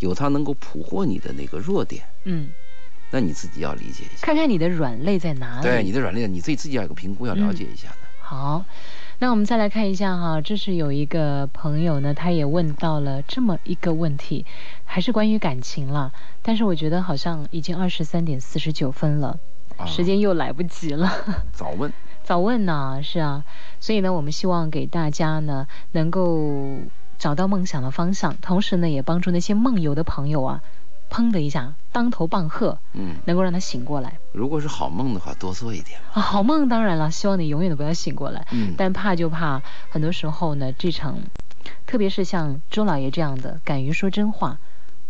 S2: 有他能够捕获你的那个弱点，
S1: 嗯，
S2: 那你自己要理解一下。
S1: 看看你的软肋在哪里。嗯
S2: 对你的软肋，你自己自己要有个评估，要了解一下的。
S1: 好，那我们再来看一下哈，这是有一个朋友呢，他也问到了这么一个问题，还是关于感情了，但是我觉得好像已经二十三点四十九分了，
S2: 啊
S1: 时间又来不及了。
S2: 早问，
S1: 早问呐、是啊，所以呢，我们希望给大家呢能够找到梦想的方向，同时呢，也帮助那些梦游的朋友啊，砰的一下当头棒喝，
S2: 嗯，
S1: 能够让他醒过来
S2: 如果是好梦的话，多做一点
S1: 啊。
S2: 嘛，
S1: 好梦当然了，希望你永远都不要醒过来，
S2: 嗯，
S1: 但怕就怕很多时候呢，这场，特别是像周老爷这样的敢于说真话、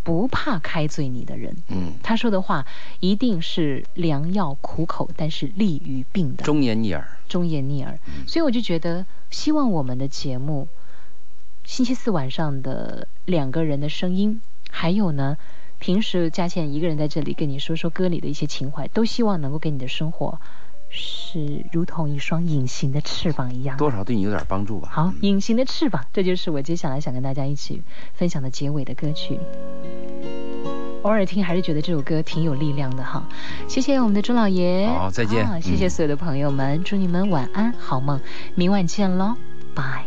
S1: 不怕开罪你的人，
S2: 嗯，
S1: 他说的话一定是良药苦口，但是利于病的。
S2: 忠言逆耳，
S1: 忠言逆耳，所以我就觉得，希望我们的节目，星期四晚上的两个人的声音，还有呢，平时佳倩一个人在这里跟你说说歌里的一些情怀，都希望能够给你的生活是如同一双隐形的翅膀一样。
S2: 多少对你有点帮助吧。
S1: 好，隐形的翅膀，这就是我接下来想跟大家一起分享的结尾的歌曲。偶尔听还是觉得这首歌挺有力量的哈，谢谢我们的钟老爷，
S2: 好再见
S1: 啊谢谢
S2: 嗯
S1: 所有的朋友们，祝你们晚安，好梦，明晚见喽，拜。